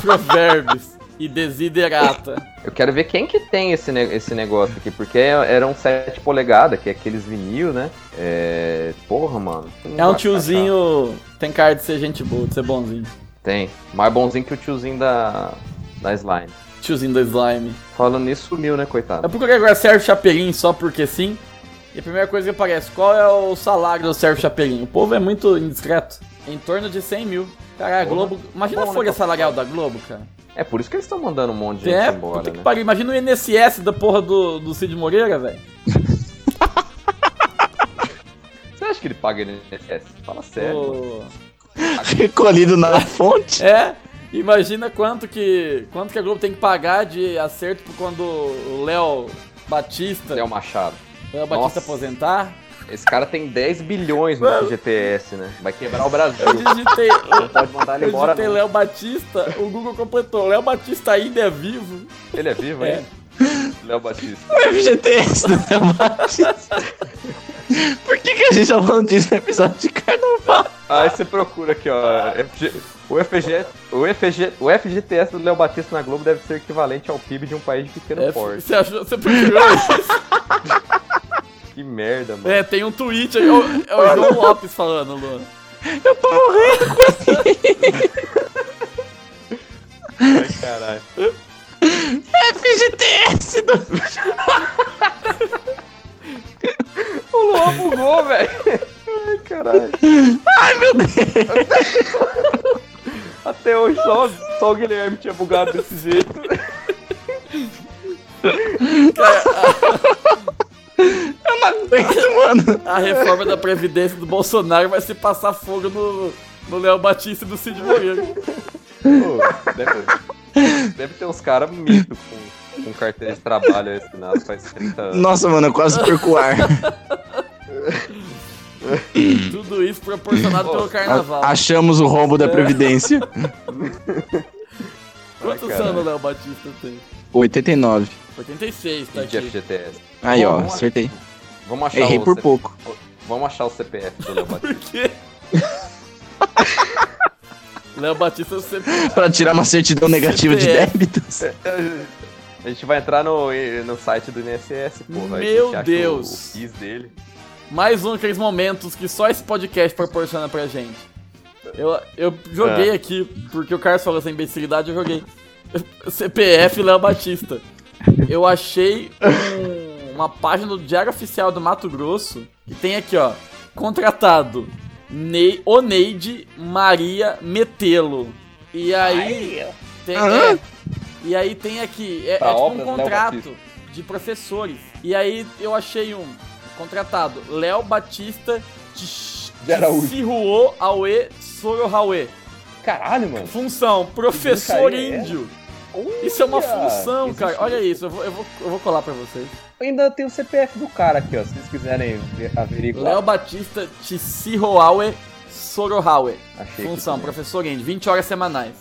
[SPEAKER 1] Provérbios e Desiderata.
[SPEAKER 4] Eu quero ver quem que tem esse, ne- esse negócio aqui, porque era um 7 polegadas, que é aqueles vinil, né? É. Porra, mano. Não
[SPEAKER 1] É um
[SPEAKER 4] vai
[SPEAKER 1] tiozinho. Tem cara de ser gente boa, de ser bonzinho.
[SPEAKER 4] achar. Tem. Mais bonzinho que o tiozinho da. Da Slime.
[SPEAKER 1] Tiozinho do slime.
[SPEAKER 4] Falando nisso, sumiu, né,
[SPEAKER 1] Eu
[SPEAKER 4] coitado?
[SPEAKER 1] procurei agora Sérgio Chapelin só porque sim. E a primeira coisa que aparece, qual é o salário do Sérgio Chapelin? O povo é muito indiscreto. Em torno de 100 mil. Caralho, a
[SPEAKER 4] Porra.
[SPEAKER 1] Globo. Imagina a
[SPEAKER 4] Bom, né,
[SPEAKER 1] folha
[SPEAKER 4] papai?
[SPEAKER 1] salarial da Globo, cara.
[SPEAKER 4] É por isso que eles estão mandando um monte de gente
[SPEAKER 1] É,
[SPEAKER 4] embora,
[SPEAKER 1] puta que
[SPEAKER 4] né?
[SPEAKER 1] pariu. Imagina o INSS da porra do, do Cid Moreira, velho.
[SPEAKER 4] Você acha que ele paga INSS? Fala sério. mano.
[SPEAKER 1] O-
[SPEAKER 2] Recolhido na fonte.
[SPEAKER 1] É, imagina quanto que. quanto que a Globo tem que pagar de acerto por quando o Léo Batista.
[SPEAKER 4] Léo Machado.
[SPEAKER 1] Léo Batista
[SPEAKER 4] Nossa.
[SPEAKER 1] aposentar.
[SPEAKER 4] Esse cara tem 10 bilhões no GTS, né? Vai quebrar o Brasil.
[SPEAKER 1] Eu digitei.
[SPEAKER 4] Não pode mandar ele
[SPEAKER 1] Eu
[SPEAKER 4] embora.
[SPEAKER 1] digitei
[SPEAKER 4] não.
[SPEAKER 1] Léo Batista, o Google completou. Léo Batista ainda é vivo?
[SPEAKER 4] Ele é vivo,
[SPEAKER 1] É.
[SPEAKER 4] hein? Léo Batista.
[SPEAKER 2] FGTS do Daniel Batista. Por que, que a gente tá falando disso no episódio de carnaval?
[SPEAKER 4] Aí você procura aqui, ó. FG o, FG, o, FG, o FGTS do Léo Batista na Globo deve ser equivalente ao PIB de um país de pequeno
[SPEAKER 1] É,
[SPEAKER 4] porte.
[SPEAKER 1] você, achou, você procurou isso?
[SPEAKER 4] Que merda, mano.
[SPEAKER 1] É, tem um tweet aí, é o, é o João Lopes falando, Luan.
[SPEAKER 2] Eu tô morrendo.
[SPEAKER 4] Ai, caralho.
[SPEAKER 2] FGTS do...
[SPEAKER 4] O Luan bugou, velho. Ai, caralho.
[SPEAKER 2] Ai, meu Deus.
[SPEAKER 4] Até hoje só, só o Guilherme tinha bugado desse jeito.
[SPEAKER 2] Eu não aguento, mano.
[SPEAKER 1] A reforma da Previdência do Bolsonaro vai se passar fogo no, no Léo Batista e no Cid Moreira.
[SPEAKER 4] Pô, deve, deve ter uns caras mito com, com carteira de trabalho assinado faz 30 anos.
[SPEAKER 2] Nossa, mano, eu quase perco o ar.
[SPEAKER 1] Tudo isso proporcionado pelo carnaval.
[SPEAKER 2] A- Achamos o rombo da Previdência.
[SPEAKER 1] Quantos
[SPEAKER 4] Ai, é, cara.
[SPEAKER 1] anos o Léo Batista tem?
[SPEAKER 2] 89.
[SPEAKER 1] 86, tá
[SPEAKER 4] E de
[SPEAKER 1] aqui.
[SPEAKER 4] FGTS.
[SPEAKER 2] Aí,
[SPEAKER 4] Pô,
[SPEAKER 2] ó,
[SPEAKER 4] vamos- Tá
[SPEAKER 2] acertei.
[SPEAKER 4] Vamos achar
[SPEAKER 2] Errei
[SPEAKER 4] o
[SPEAKER 2] por
[SPEAKER 4] C-
[SPEAKER 2] pouco.
[SPEAKER 4] Vamos achar o CPF do Léo Batista.
[SPEAKER 1] Por quê? Léo Batista sempre.
[SPEAKER 2] Pra tirar uma certidão negativa de
[SPEAKER 1] CPF.
[SPEAKER 2] débitos.
[SPEAKER 4] A gente vai entrar no, no site do INSS, porra. aí a
[SPEAKER 1] Meu
[SPEAKER 4] gente acha
[SPEAKER 1] Deus.
[SPEAKER 4] O, o PIS dele.
[SPEAKER 1] Mais um daqueles momentos que só esse podcast proporciona pra gente. Eu, eu joguei aqui, porque o Carlos falou essa imbecilidade, eu joguei. CPF Léo Batista. Eu achei um- uma página do Diário Oficial do Mato Grosso que tem aqui, ó. Contratado Ney, Oneide Maria Metelo. E aí. Tem,
[SPEAKER 2] Hã?
[SPEAKER 1] é, e aí tem aqui. É, é
[SPEAKER 4] Pra
[SPEAKER 1] tipo um
[SPEAKER 4] obras, Léo
[SPEAKER 1] contrato
[SPEAKER 4] Batista.
[SPEAKER 1] de professores. E aí eu achei um contratado. Léo Batista Tish-
[SPEAKER 4] De Araújo.
[SPEAKER 1] Tiruô Aue Sorohaue.
[SPEAKER 4] Caralho, mano.
[SPEAKER 1] Função, professor
[SPEAKER 4] Nunca ia.
[SPEAKER 1] índio. Isso é uma função,
[SPEAKER 4] Existe
[SPEAKER 1] cara. Olha isso, eu vou, eu vou, eu vou colar pra vocês.
[SPEAKER 4] é Ainda tem o CPF do cara aqui, ó. Se vocês quiserem ver- averiguar.
[SPEAKER 1] Léo Batista Tissihoawe Sorohawe.
[SPEAKER 4] Achei aqui
[SPEAKER 1] Função,
[SPEAKER 4] também.
[SPEAKER 1] professor índio, 20 horas semanais.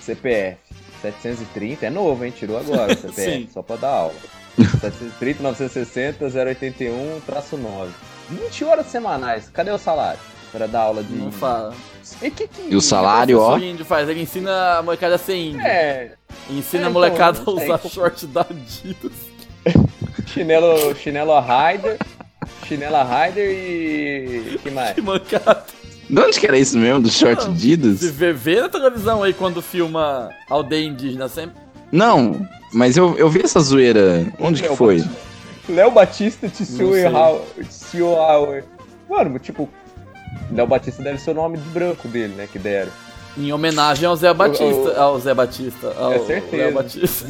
[SPEAKER 4] CPF. 730 é novo, hein? Tirou agora o CPF,
[SPEAKER 1] Sim.
[SPEAKER 4] só pra dar aula. 730, 960, 081, traço 9. 20 horas semanais. Cadê o salário? Pra dar aula de.
[SPEAKER 1] Não fala.
[SPEAKER 4] E que que.
[SPEAKER 2] E o salário,
[SPEAKER 1] O
[SPEAKER 2] ó.
[SPEAKER 1] índio faz, ele ensina a molecada a ser índio.
[SPEAKER 4] É,
[SPEAKER 1] Ensina
[SPEAKER 4] É,
[SPEAKER 1] a molecada
[SPEAKER 4] então,
[SPEAKER 1] a
[SPEAKER 4] não sei
[SPEAKER 1] usar
[SPEAKER 4] como-
[SPEAKER 1] short da Adidas.
[SPEAKER 4] chinelo, chinelo Raider, chinela Raider e. que mais?
[SPEAKER 1] Que mancada.
[SPEAKER 2] De onde que era isso mesmo? Do short
[SPEAKER 1] Se
[SPEAKER 2] Didas?
[SPEAKER 1] vê, vê na televisão aí quando filma aldeia indígena sempre.
[SPEAKER 2] Não, mas eu, eu vi essa zoeira. Onde que
[SPEAKER 4] Léo
[SPEAKER 2] foi?
[SPEAKER 4] Léo Batista
[SPEAKER 1] Não
[SPEAKER 4] Tissue
[SPEAKER 1] sei.
[SPEAKER 4] Hauer. Mano, tipo. Léo Batista deve ser o nome de branco dele, né? Que deram.
[SPEAKER 1] Em homenagem ao Zé Batista. Ao Zé Batista. Ao
[SPEAKER 4] É certeza.
[SPEAKER 1] Léo Batista.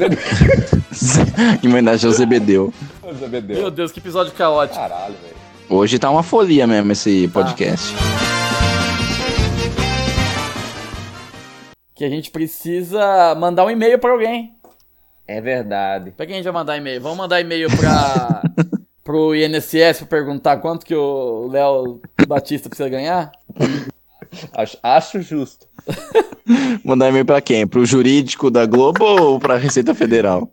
[SPEAKER 2] em homenagem ao Zebedeu.
[SPEAKER 4] é
[SPEAKER 1] Meu Deus, que episódio caótico.
[SPEAKER 4] Caralho, velho.
[SPEAKER 2] Hoje tá uma folia mesmo
[SPEAKER 1] Tá.
[SPEAKER 2] esse podcast.
[SPEAKER 1] Que a gente precisa mandar um e-mail pra alguém.
[SPEAKER 4] É verdade.
[SPEAKER 1] Pra quem a gente vai mandar e-mail? Vamos mandar e-mail pra. pro INSS pra perguntar quanto que o Léo Batista precisa ganhar?
[SPEAKER 4] Acho, acho justo.
[SPEAKER 2] Mandar e-mail pra quem? Pro jurídico da Globo ou pra Receita Federal?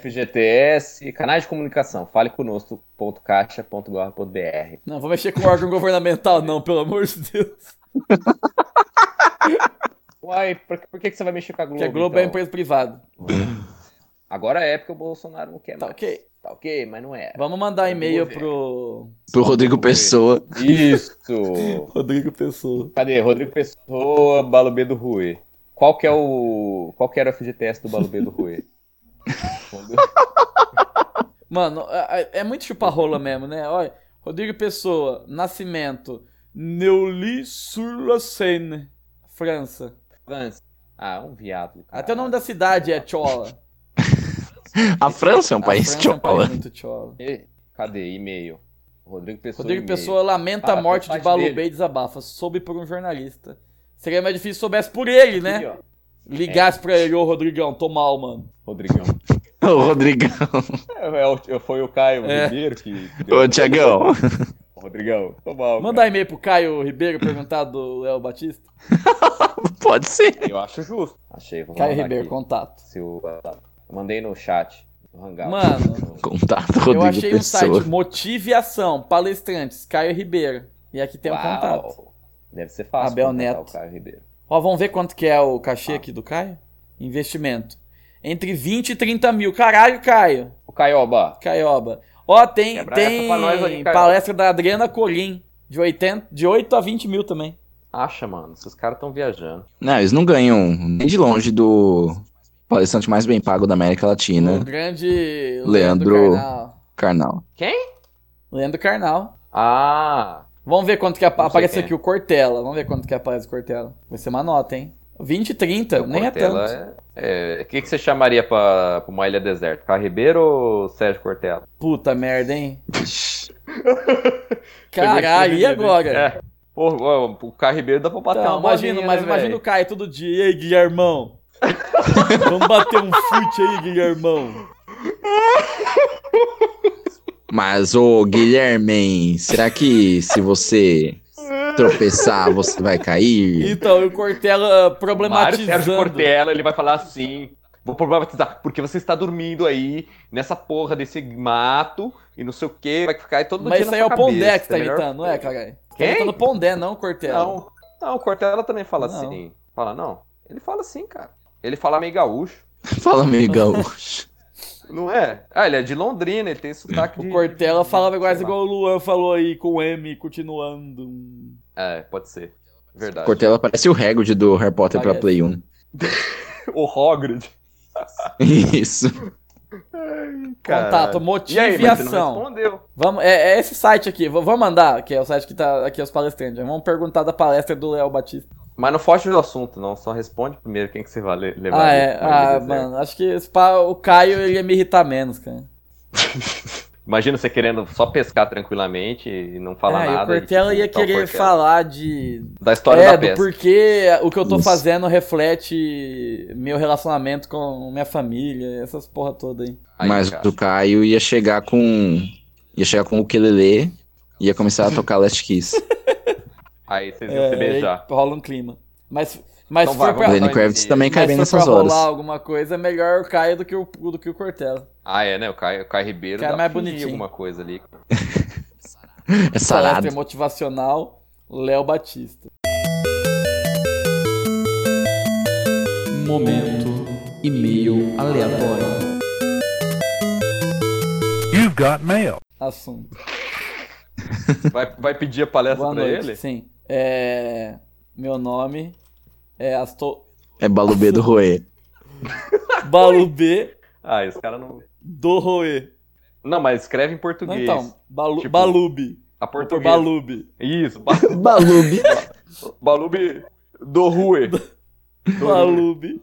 [SPEAKER 4] FGTS, canais de comunicação, faleconosco.caixa.gov.br.
[SPEAKER 1] Não, vou mexer com o órgão governamental, não, pelo amor de Deus.
[SPEAKER 4] Uai, por, que- por que, que você vai mexer com a Globo?
[SPEAKER 1] Porque a Globo é
[SPEAKER 4] então?
[SPEAKER 1] empresa privada.
[SPEAKER 4] Agora é porque o Bolsonaro não quer
[SPEAKER 1] Tá
[SPEAKER 4] mais.
[SPEAKER 1] ok.
[SPEAKER 4] Tá ok, mas não é.
[SPEAKER 1] Vamos mandar e-mail
[SPEAKER 4] Vamos ver.
[SPEAKER 1] pro.
[SPEAKER 2] Pro Rodrigo Pessoa.
[SPEAKER 4] Isso!
[SPEAKER 1] Rodrigo Pessoa.
[SPEAKER 4] Cadê? Rodrigo Pessoa, Balo B do Rui. Qual que é o. Qual que era o FGTS do Balo B do Rui?
[SPEAKER 1] Mano, é- é é muito chupa-rola mesmo, né? Olha, Rodrigo Pessoa, Nascimento, Neuilly-sur-la-Seine, França.
[SPEAKER 4] Vance. Ah, um viado.
[SPEAKER 1] Até o nome da cidade é Chola.
[SPEAKER 2] A França é um
[SPEAKER 1] A
[SPEAKER 2] país
[SPEAKER 1] França é um país
[SPEAKER 2] tchola.
[SPEAKER 1] muito Chola.
[SPEAKER 4] E- Cadê? E-mail. Rodrigo Pessoa.
[SPEAKER 1] Rodrigo
[SPEAKER 4] e-mail.
[SPEAKER 1] Pessoa lamenta
[SPEAKER 4] Cara,
[SPEAKER 1] a morte
[SPEAKER 4] tem
[SPEAKER 1] de
[SPEAKER 4] parte
[SPEAKER 1] Balubê
[SPEAKER 4] dele.
[SPEAKER 1] e desabafa. Soube por um jornalista. Seria mais difícil se soubesse por ele,
[SPEAKER 4] Aqui,
[SPEAKER 1] né?
[SPEAKER 4] ó.
[SPEAKER 1] Ligasse pra ele, ô Rodrigão, tô mal, mano.
[SPEAKER 4] Rodrigão.
[SPEAKER 2] Ô, Rodrigão.
[SPEAKER 4] É, é o- foi o Caio
[SPEAKER 1] É.
[SPEAKER 4] Ribeiro que. que deu-
[SPEAKER 2] Ô, Tiagão.
[SPEAKER 4] Rodrigão, tô mal.
[SPEAKER 1] Mandar um e-mail pro Caio Ribeiro perguntar do Léo Batista.
[SPEAKER 2] Pode ser.
[SPEAKER 4] Eu acho justo. Achei, vou
[SPEAKER 1] Caio
[SPEAKER 4] mandar
[SPEAKER 1] Ribeiro,
[SPEAKER 4] aqui.
[SPEAKER 1] contato.
[SPEAKER 4] Se o- Eu mandei no chat. Hangout.
[SPEAKER 1] Mano.
[SPEAKER 2] Contato
[SPEAKER 1] Eu
[SPEAKER 2] Rodrigo
[SPEAKER 1] achei um
[SPEAKER 2] Pessoa.
[SPEAKER 1] site Motive e Ação, palestrantes, Caio Ribeiro. E aqui tem um
[SPEAKER 4] Uau.
[SPEAKER 1] contato.
[SPEAKER 4] Deve ser fácil.
[SPEAKER 1] Abel
[SPEAKER 4] contratar
[SPEAKER 1] Neto.
[SPEAKER 4] O Caio Ribeiro.
[SPEAKER 1] Ó, vamos ver quanto que é o cachê aqui do Caio? Investimento. Entre 20 e 30 mil. Caralho, Caio.
[SPEAKER 4] O Caioba.
[SPEAKER 1] Caioba. Ó, tem,
[SPEAKER 4] Quebra
[SPEAKER 1] tem
[SPEAKER 4] essa pra nós aí, Caioba.
[SPEAKER 1] palestra da Adriana Colim. De, 80, de 8 a 20 mil também.
[SPEAKER 4] Acha, mano. Esses caras estão viajando.
[SPEAKER 2] Não, eles não ganham nem de longe do palestrante mais bem pago da América
[SPEAKER 1] O
[SPEAKER 4] né?
[SPEAKER 2] Latina,
[SPEAKER 1] grande
[SPEAKER 2] Leandro-
[SPEAKER 1] Carnal.
[SPEAKER 2] Karnal.
[SPEAKER 1] Leandro Carnal.
[SPEAKER 4] Ah,
[SPEAKER 1] Vamos ver quanto que apa-
[SPEAKER 4] Não sei
[SPEAKER 1] aparece
[SPEAKER 4] quem é.
[SPEAKER 1] aqui o Cortella. Vamos ver quanto que é aparece o Cortella. Vai ser uma nota, hein? 20 e 30,
[SPEAKER 4] o
[SPEAKER 1] nem é
[SPEAKER 4] Então, Cortella
[SPEAKER 1] tanto.
[SPEAKER 4] é- é, O que, que você chamaria pra, pra uma ilha deserta? Caio Ribeiro ou Sérgio Cortella?
[SPEAKER 1] Puta merda, hein? Caralho, e
[SPEAKER 4] Foi bem
[SPEAKER 1] agora?
[SPEAKER 4] escolhido, hein? É. Pô, ó, o Caio Ribeiro dá pra bater
[SPEAKER 1] Então,
[SPEAKER 4] uma
[SPEAKER 1] imagina,
[SPEAKER 4] bolinha,
[SPEAKER 1] mas
[SPEAKER 4] né,
[SPEAKER 1] imagina
[SPEAKER 4] velho?
[SPEAKER 1] o Caio todo dia. E aí, Guilhermão? Vamos bater um fute aí, Guilhermão.
[SPEAKER 2] Mas, ô Guilherme, será que se você tropeçar, você vai cair?
[SPEAKER 1] Então, e o Cortella
[SPEAKER 4] Mário Sérgio
[SPEAKER 1] problematizando.
[SPEAKER 4] Cortella, ele vai falar assim. Vou problematizar, porque você está dormindo aí nessa porra desse mato e não sei o que, vai ficar aí todo
[SPEAKER 1] Mas
[SPEAKER 4] dia
[SPEAKER 1] isso
[SPEAKER 4] na
[SPEAKER 1] aí é
[SPEAKER 4] sua
[SPEAKER 1] o Pondé
[SPEAKER 4] cabeça,
[SPEAKER 1] que tá
[SPEAKER 4] é melhor-
[SPEAKER 1] gritando, não é, caralho? Tá
[SPEAKER 4] Quem?
[SPEAKER 1] gritando Pondé, não o Cortella.
[SPEAKER 4] Não, não, o Cortella também fala
[SPEAKER 1] Não.
[SPEAKER 4] assim. Fala, não. Ele fala assim, cara. Ele fala meio gaúcho,
[SPEAKER 2] Fala, meio gaúcho.
[SPEAKER 4] não é? Ah, ele é de Londrina, ele tem sotaque de...
[SPEAKER 1] O Cortella falava quase
[SPEAKER 4] Sei lá.
[SPEAKER 1] igual o Luan falou aí, com M, continuando.
[SPEAKER 4] É, pode ser. Verdade.
[SPEAKER 2] Cortella parece o Hagrid do Harry Potter pra
[SPEAKER 1] Parece.
[SPEAKER 2] Play 1.
[SPEAKER 4] O Hogrid.
[SPEAKER 2] Isso.
[SPEAKER 1] Contato,
[SPEAKER 4] E aí,
[SPEAKER 1] motivação.
[SPEAKER 4] mas você não respondeu.
[SPEAKER 1] Vamos, é, é esse site aqui, v- vamos mandar, que é o site que tá aqui os palestrantes. Vamos perguntar da palestra do Léo Batista.
[SPEAKER 4] Mas não foge do assunto, não. Só responde primeiro quem que você vai le- levar.
[SPEAKER 1] Ah,
[SPEAKER 4] ali
[SPEAKER 1] é.
[SPEAKER 4] pra ele
[SPEAKER 1] Ah,
[SPEAKER 4] dizer.
[SPEAKER 1] mano, acho que esse pa- o Caio ele ia me irritar menos, cara.
[SPEAKER 4] Imagina você querendo só pescar tranquilamente e não
[SPEAKER 1] é,
[SPEAKER 4] falar
[SPEAKER 1] e
[SPEAKER 4] nada.
[SPEAKER 1] o Cortella
[SPEAKER 4] e, tipo,
[SPEAKER 1] ia
[SPEAKER 4] tá o
[SPEAKER 1] querer
[SPEAKER 4] Cortella.
[SPEAKER 1] falar de.
[SPEAKER 4] Da história
[SPEAKER 1] é,
[SPEAKER 4] da
[SPEAKER 1] do
[SPEAKER 4] pesca.
[SPEAKER 1] porquê o que eu tô
[SPEAKER 2] Isso.
[SPEAKER 1] fazendo reflete meu relacionamento com minha família, essas porra toda aí.
[SPEAKER 4] Aí,
[SPEAKER 2] Mas
[SPEAKER 4] cara.
[SPEAKER 2] o Caio ia chegar com. ia chegar com o Kelele e ia começar a tocar Last Kiss.
[SPEAKER 4] Aí vocês iam
[SPEAKER 1] É,
[SPEAKER 4] se beijar.
[SPEAKER 1] aí rola um clima. Mas, mas
[SPEAKER 4] Então
[SPEAKER 1] se
[SPEAKER 4] vai,
[SPEAKER 1] for pra,
[SPEAKER 4] vamos
[SPEAKER 1] mas
[SPEAKER 4] lá.
[SPEAKER 2] Lenny Kravitz
[SPEAKER 4] Mas
[SPEAKER 2] também cai bem
[SPEAKER 1] se for
[SPEAKER 2] nessas
[SPEAKER 1] pra
[SPEAKER 2] horas.
[SPEAKER 1] rolar alguma coisa, é melhor o Caio do que o, do que o Cortella.
[SPEAKER 4] Ah, é, né? O Caio, o Caio Ribeiro
[SPEAKER 1] Cara
[SPEAKER 4] dá
[SPEAKER 1] mais
[SPEAKER 4] pra fingir
[SPEAKER 1] bonitinho.
[SPEAKER 4] alguma coisa ali.
[SPEAKER 2] É
[SPEAKER 1] Palestra
[SPEAKER 2] sarado.
[SPEAKER 1] motivacional, Léo Batista. Momento e-mail aleatório.
[SPEAKER 5] You've got mail.
[SPEAKER 1] Assunto.
[SPEAKER 4] Vai, vai pedir a palestra
[SPEAKER 1] Boa
[SPEAKER 4] pra
[SPEAKER 1] noite.
[SPEAKER 4] ele?
[SPEAKER 1] Sim. É, Meu nome é Asto...
[SPEAKER 2] É Balubê do Roê.
[SPEAKER 1] Balubê
[SPEAKER 4] Ah, esse cara não.
[SPEAKER 1] do Roê.
[SPEAKER 4] Não, mas escreve em
[SPEAKER 1] Não,
[SPEAKER 4] português.
[SPEAKER 1] então, Balu...
[SPEAKER 4] Tipo,
[SPEAKER 1] Balube.
[SPEAKER 4] a
[SPEAKER 1] Vou pôr
[SPEAKER 4] português.
[SPEAKER 1] Balube.
[SPEAKER 4] Isso, ba...
[SPEAKER 2] Balube.
[SPEAKER 4] Balube do Rue. Do Rue.
[SPEAKER 1] Balube.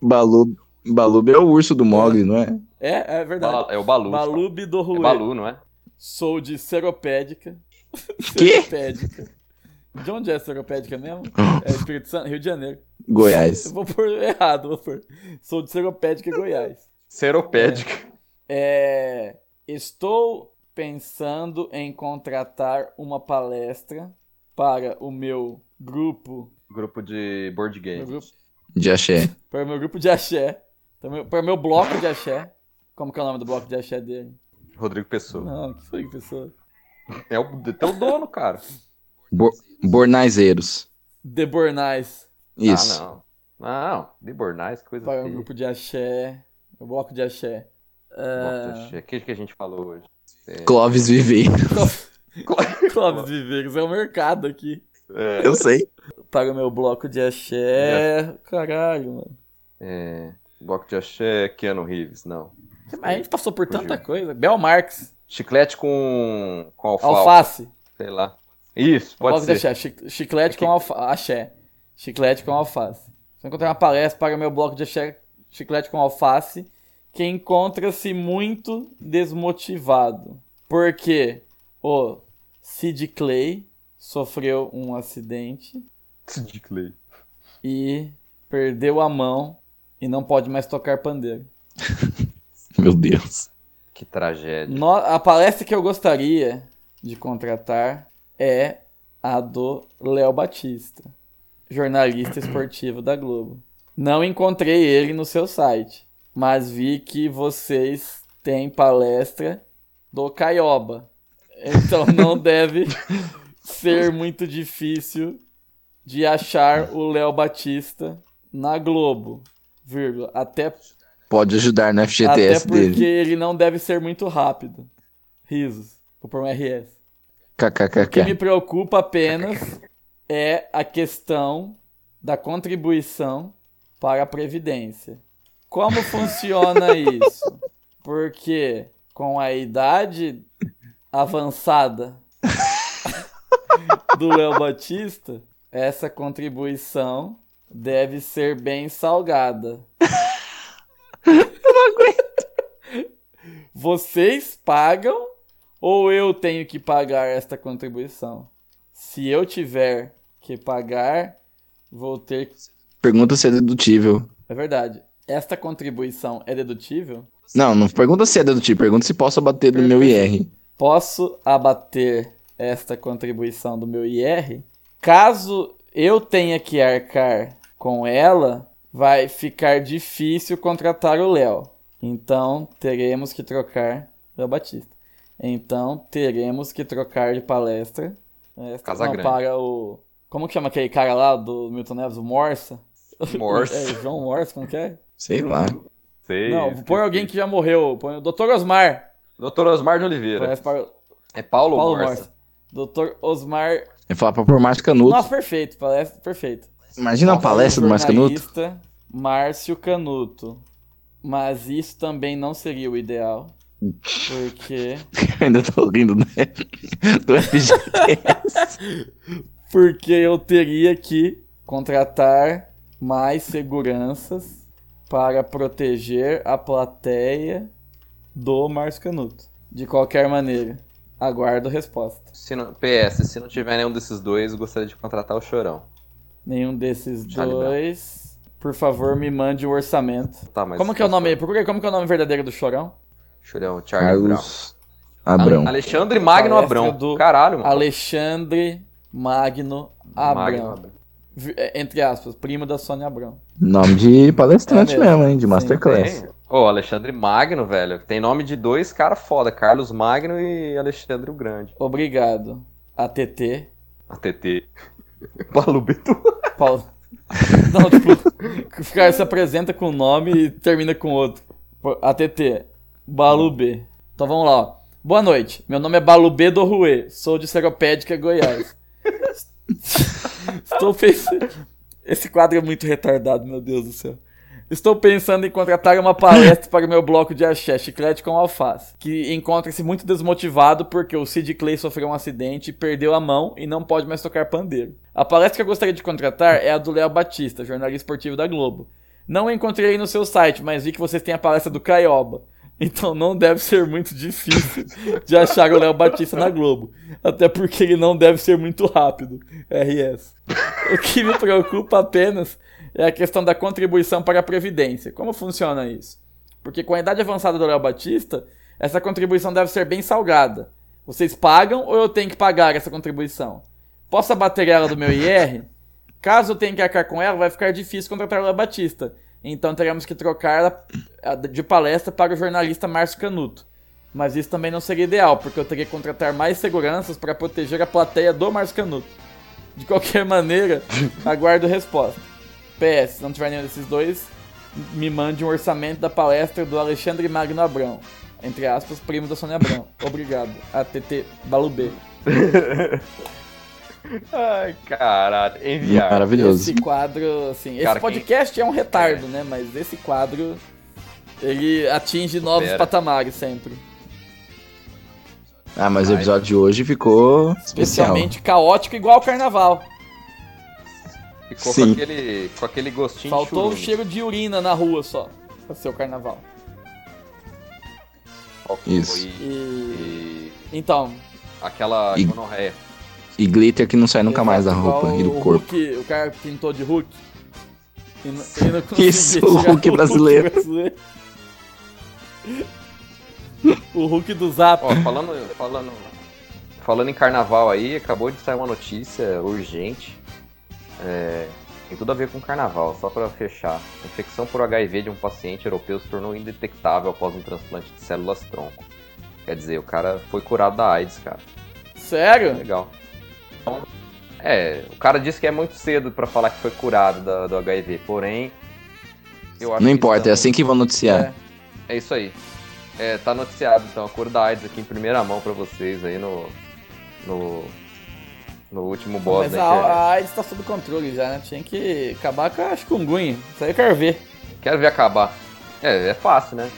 [SPEAKER 2] Balube. Balube é o urso do Mogli, não é?
[SPEAKER 1] É, é verdade.
[SPEAKER 4] Bala- É o Balu.
[SPEAKER 1] Balube do
[SPEAKER 4] É
[SPEAKER 1] Roê.
[SPEAKER 4] Balu, não é?
[SPEAKER 1] Sou de Seropédica.
[SPEAKER 2] Quê?
[SPEAKER 1] Seropédica. De onde é Seropédica mesmo? É Espírito Santo, Rio de Janeiro. Eu
[SPEAKER 2] Goiás.
[SPEAKER 1] vou pôr errado, vou pôr. Sou de Seropédica, Goiás.
[SPEAKER 4] Seropédica.
[SPEAKER 1] É, estou pensando em contratar uma palestra para o meu grupo,
[SPEAKER 4] É. Grupo de board
[SPEAKER 1] meu
[SPEAKER 4] game.
[SPEAKER 1] grupo
[SPEAKER 2] De axé.
[SPEAKER 1] para o meu grupo de axé, para o meu, para o meu bloco de axé. Como que é o nome do bloco de axé dele?
[SPEAKER 4] Rodrigo Pessoa.
[SPEAKER 1] Não, que foi, pessoa?
[SPEAKER 4] É o é teu dono, cara.
[SPEAKER 2] Bo- Bornazeiros.
[SPEAKER 1] The Bornais,
[SPEAKER 2] Isso.
[SPEAKER 4] Ah, não. Não, de Bornais, coisa
[SPEAKER 1] para o meu
[SPEAKER 4] feia.
[SPEAKER 1] grupo de axé, o bloco de axé. É,
[SPEAKER 4] Nossa, O que, que a gente falou hoje?
[SPEAKER 2] Clóvis Viveiro.
[SPEAKER 1] Clóvis Viveiros é o mercado aqui.
[SPEAKER 4] É,
[SPEAKER 2] Eu sei.
[SPEAKER 1] Para o meu bloco de axé. Caralho, mano.
[SPEAKER 4] é, bloco de axé, Keanu Reeves, não.
[SPEAKER 1] A gente passou por tanta
[SPEAKER 4] Fugiu.
[SPEAKER 1] coisa. Bel Marx,
[SPEAKER 4] Chiclete com, com alfalfa,
[SPEAKER 1] alface.
[SPEAKER 4] sei lá. Isso, pode
[SPEAKER 1] Bloco de
[SPEAKER 4] ser.
[SPEAKER 1] axé. chi- Chiclete
[SPEAKER 4] Aqui.
[SPEAKER 1] com alface. Axé. Chiclete com alface. Se eu encontrar uma palestra para o meu bloco de axé, chiclete com alface, que encontra-se muito desmotivado. Porque o Sid Clay sofreu um acidente
[SPEAKER 4] De Clay.
[SPEAKER 1] e perdeu a mão e não pode mais tocar pandeiro.
[SPEAKER 2] Meu Deus.
[SPEAKER 4] Que tragédia.
[SPEAKER 1] No- a palestra que eu gostaria de contratar é a do Léo Batista, jornalista esportivo da Globo. Não encontrei ele no seu site, mas vi que vocês tem palestra do Caioba. Então não deve ser muito difícil de achar o Léo Batista na Globo, vírgula. Até,
[SPEAKER 2] Pode ajudar né, no
[SPEAKER 1] até
[SPEAKER 2] FGTS
[SPEAKER 1] porque
[SPEAKER 2] dele.
[SPEAKER 1] ele não deve ser muito rápido. Risos. Vou pôr um RS. O que me
[SPEAKER 2] KKKK.
[SPEAKER 1] preocupa apenas é a questão da contribuição para a Previdência. Como funciona isso? Porque com a idade avançada do Léo Batista, essa contribuição deve ser bem salgada. Vocês pagam ou eu tenho que pagar esta contribuição? Se eu tiver que pagar, vou ter. que-
[SPEAKER 2] Pergunta se é dedutível.
[SPEAKER 1] É verdade. Esta contribuição é dedutível?
[SPEAKER 2] Não, não pergunta se é dedutível, pergunta se posso abater do meu IR.
[SPEAKER 1] Posso abater esta contribuição do meu IR? Caso eu tenha que arcar com ela, vai ficar difícil contratar o Léo. Então teremos que trocar Léo Batista. Então teremos que trocar de palestra. Esta
[SPEAKER 4] Casagrande.
[SPEAKER 1] não, para o. Como que chama aquele cara lá do Milton Neves? O Morsa? É,
[SPEAKER 4] Morse.
[SPEAKER 1] João Morsa, como que é?
[SPEAKER 2] Sei lá.
[SPEAKER 4] Sei.
[SPEAKER 1] Não, põe alguém que já morreu. Põe o Dr. Osmar.
[SPEAKER 4] Doutor Osmar de Oliveira.
[SPEAKER 1] Parece para o
[SPEAKER 4] É Paulo,
[SPEAKER 1] Paulo
[SPEAKER 4] Morse.
[SPEAKER 1] Morsa. Dr. Osmar
[SPEAKER 2] É falar pra pôr Márcio Canuto.
[SPEAKER 1] Nossa, perfeito, palestra, perfeito.
[SPEAKER 2] Imagina a
[SPEAKER 1] Nossa,
[SPEAKER 2] palestra do Márcio Canuto.
[SPEAKER 1] jornalista Márcio Canuto. Mas isso também não seria o ideal. Porque.
[SPEAKER 2] Ainda tô rindo do, do FGTS.
[SPEAKER 1] Porque eu teria que contratar mais seguranças para proteger a plateia do Márcio Canuto. De qualquer maneira, aguardo resposta.
[SPEAKER 4] Se não- PS, se não tiver nenhum desses dois, eu gostaria de contratar o Chorão.
[SPEAKER 1] Nenhum desses
[SPEAKER 4] Charlie Brown.
[SPEAKER 1] dois. Por favor, me mande o orçamento.
[SPEAKER 4] Tá, mas
[SPEAKER 1] Como que é o nome aí? Procura aí como que é o nome verdadeiro do Chorão?
[SPEAKER 4] Chorão, Charlie Brown.
[SPEAKER 2] Carlos Abrão.
[SPEAKER 4] Ale- Alexandre Magno
[SPEAKER 1] Palestra
[SPEAKER 4] Abrão.
[SPEAKER 1] do-
[SPEAKER 4] Caralho, mano.
[SPEAKER 1] Alexandre Magno
[SPEAKER 4] Magno
[SPEAKER 1] Abrão. Vi- é, Entre aspas, primo da Sônia Abrão.
[SPEAKER 2] Nome de palestrante
[SPEAKER 1] É mesmo.
[SPEAKER 2] mesmo, hein? De
[SPEAKER 1] Sim,
[SPEAKER 2] Masterclass.
[SPEAKER 4] Tem? Ô, Alexandre Magno, velho. Tem nome de dois caras foda. Carlos Magno e Alexandre o Grande.
[SPEAKER 1] Obrigado. ATT.
[SPEAKER 4] ATT. Paulo Beto.
[SPEAKER 1] Paulo. Não, tipo, o cara se apresenta com um nome e termina com outro. Pô, ATT. Balu B. Então vamos lá, ó. Boa noite. Meu nome é Balu B do Rue. Sou de Seropédica, Goiás. Estou pensando. Esse quadro é muito retardado, meu Deus do céu. Estou pensando em contratar uma palestra para o meu bloco de axé, chiclete com alface, que encontra-se muito desmotivado porque o Sid Clay sofreu um acidente, perdeu a mão e não pode mais tocar pandeiro. A palestra que eu gostaria de contratar é a do Léo Batista, jornalista esportivo da Globo. Não encontrei no seu site, mas vi que vocês têm a palestra do Caioba. Então não deve ser muito difícil de achar o Léo Batista na Globo. Até porque ele não deve ser muito rápido. RS. O que me preocupa apenas é a questão da contribuição para a Previdência. Como funciona isso? Porque com a idade avançada do Léo Batista, essa contribuição deve ser bem salgada. Vocês pagam ou eu tenho que pagar essa contribuição? Posso abater ela do meu IR? Caso eu tenha que arcar com ela, vai ficar difícil contratar o Léo Batista. Então teremos que trocar ela de palestra para o jornalista Márcio Canuto. Mas isso também não seria ideal, porque eu teria que contratar mais seguranças para proteger a plateia do Márcio Canuto. De qualquer maneira, aguardo resposta. PS, se não tiver nenhum desses dois, me mande um orçamento da palestra do Alexandre Magno Abrão. Entre aspas, primo da Sônia Abrão. Obrigado. ATT Balubê.
[SPEAKER 4] Ai, caralho. Enviar.
[SPEAKER 2] é Maravilhoso.
[SPEAKER 1] Esse quadro, assim, esse
[SPEAKER 4] Cara,
[SPEAKER 1] podcast é um retardo, né? Mas esse quadro, ele atinge novos
[SPEAKER 4] Espera.
[SPEAKER 1] patamares sempre.
[SPEAKER 2] Ah, mas o episódio de hoje ficou especial.
[SPEAKER 1] Especialmente caótico, igual o carnaval.
[SPEAKER 4] Ficou
[SPEAKER 2] Sim.
[SPEAKER 4] com aquele, com aquele gostinho
[SPEAKER 1] Faltou o
[SPEAKER 4] churume.
[SPEAKER 1] cheiro de urina na rua só, pra ser o carnaval.
[SPEAKER 4] Faltou
[SPEAKER 2] Isso.
[SPEAKER 4] E,
[SPEAKER 1] E...
[SPEAKER 4] e
[SPEAKER 1] Então,
[SPEAKER 4] aquela
[SPEAKER 2] E-
[SPEAKER 4] gonorreia.
[SPEAKER 2] E glitter que não sai nunca mais da
[SPEAKER 1] Exato, igual
[SPEAKER 2] roupa e do
[SPEAKER 1] o
[SPEAKER 2] corpo.
[SPEAKER 1] Hulk, o cara pintou de Hulk. E não- e não conseguia
[SPEAKER 2] Isso, o
[SPEAKER 1] tirar
[SPEAKER 2] Hulk brasileiro.
[SPEAKER 1] brasileiro. O Hulk do Zap.
[SPEAKER 4] Ó, falando, falando, falando em carnaval aí, acabou de sair uma notícia urgente. É, Tem tudo a ver com carnaval, só pra fechar. A infecção por HIV de um paciente europeu se tornou indetectável após um transplante de células tronco. Quer dizer, o cara foi curado da AIDS, cara.
[SPEAKER 1] Sério?
[SPEAKER 4] Legal. Então, é, o cara disse que é muito cedo pra falar que foi curado da- do HIV, porém. eu acho
[SPEAKER 2] Não
[SPEAKER 4] que
[SPEAKER 2] importa, é
[SPEAKER 4] então-
[SPEAKER 2] assim que vão noticiar.
[SPEAKER 4] É isso aí. É, tá noticiado, então, a cor da AIDS aqui em primeira mão pra vocês aí no. no. no último boss
[SPEAKER 1] Mas
[SPEAKER 2] né,
[SPEAKER 4] né, é- da
[SPEAKER 1] a,
[SPEAKER 4] internet.
[SPEAKER 1] a AIDS tá sob controle já, né? Tinha que acabar com a chikungunya. Isso aí eu quero ver.
[SPEAKER 4] Quero ver acabar. É, é fácil, né?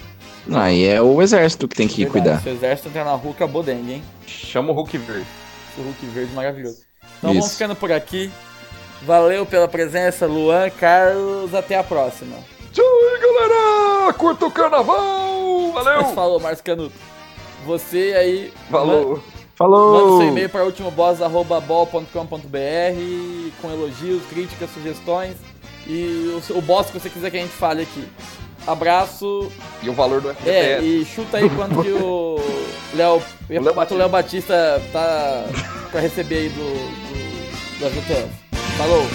[SPEAKER 2] Não, Aí é o exército que tem que
[SPEAKER 1] Verdade,
[SPEAKER 2] cuidar.
[SPEAKER 1] Se o exército entrar na rua, acabou dengue, hein?
[SPEAKER 4] Chama o Hulk Verde.
[SPEAKER 1] Esse Hulk verde maravilhoso. Então
[SPEAKER 2] Isso.
[SPEAKER 1] vamos ficando por aqui. Valeu pela presença, Luan, Carlos. Até a próxima.
[SPEAKER 3] Tchau aí, galera! Curta o carnaval!
[SPEAKER 1] Mas
[SPEAKER 3] Valeu!
[SPEAKER 1] falou, Márcio Canuto. Você aí.
[SPEAKER 4] Falou!
[SPEAKER 1] né? ma- Manda
[SPEAKER 2] Falou!
[SPEAKER 1] seu e-mail para ultimoboss.com.br com elogios, críticas, sugestões e o, seu- o boss que você quiser que a gente fale aqui. Abraço.
[SPEAKER 4] E o valor do
[SPEAKER 1] É,
[SPEAKER 4] FGTS.
[SPEAKER 1] e chuta aí quanto que o Léo. eu ia
[SPEAKER 4] O Léo
[SPEAKER 1] falar que O Léo Batista tá pra receber aí do, do, da JTF. Falou,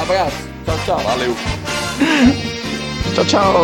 [SPEAKER 1] abraço, tchau, tchau.
[SPEAKER 4] Valeu!
[SPEAKER 2] Tchau, tchau!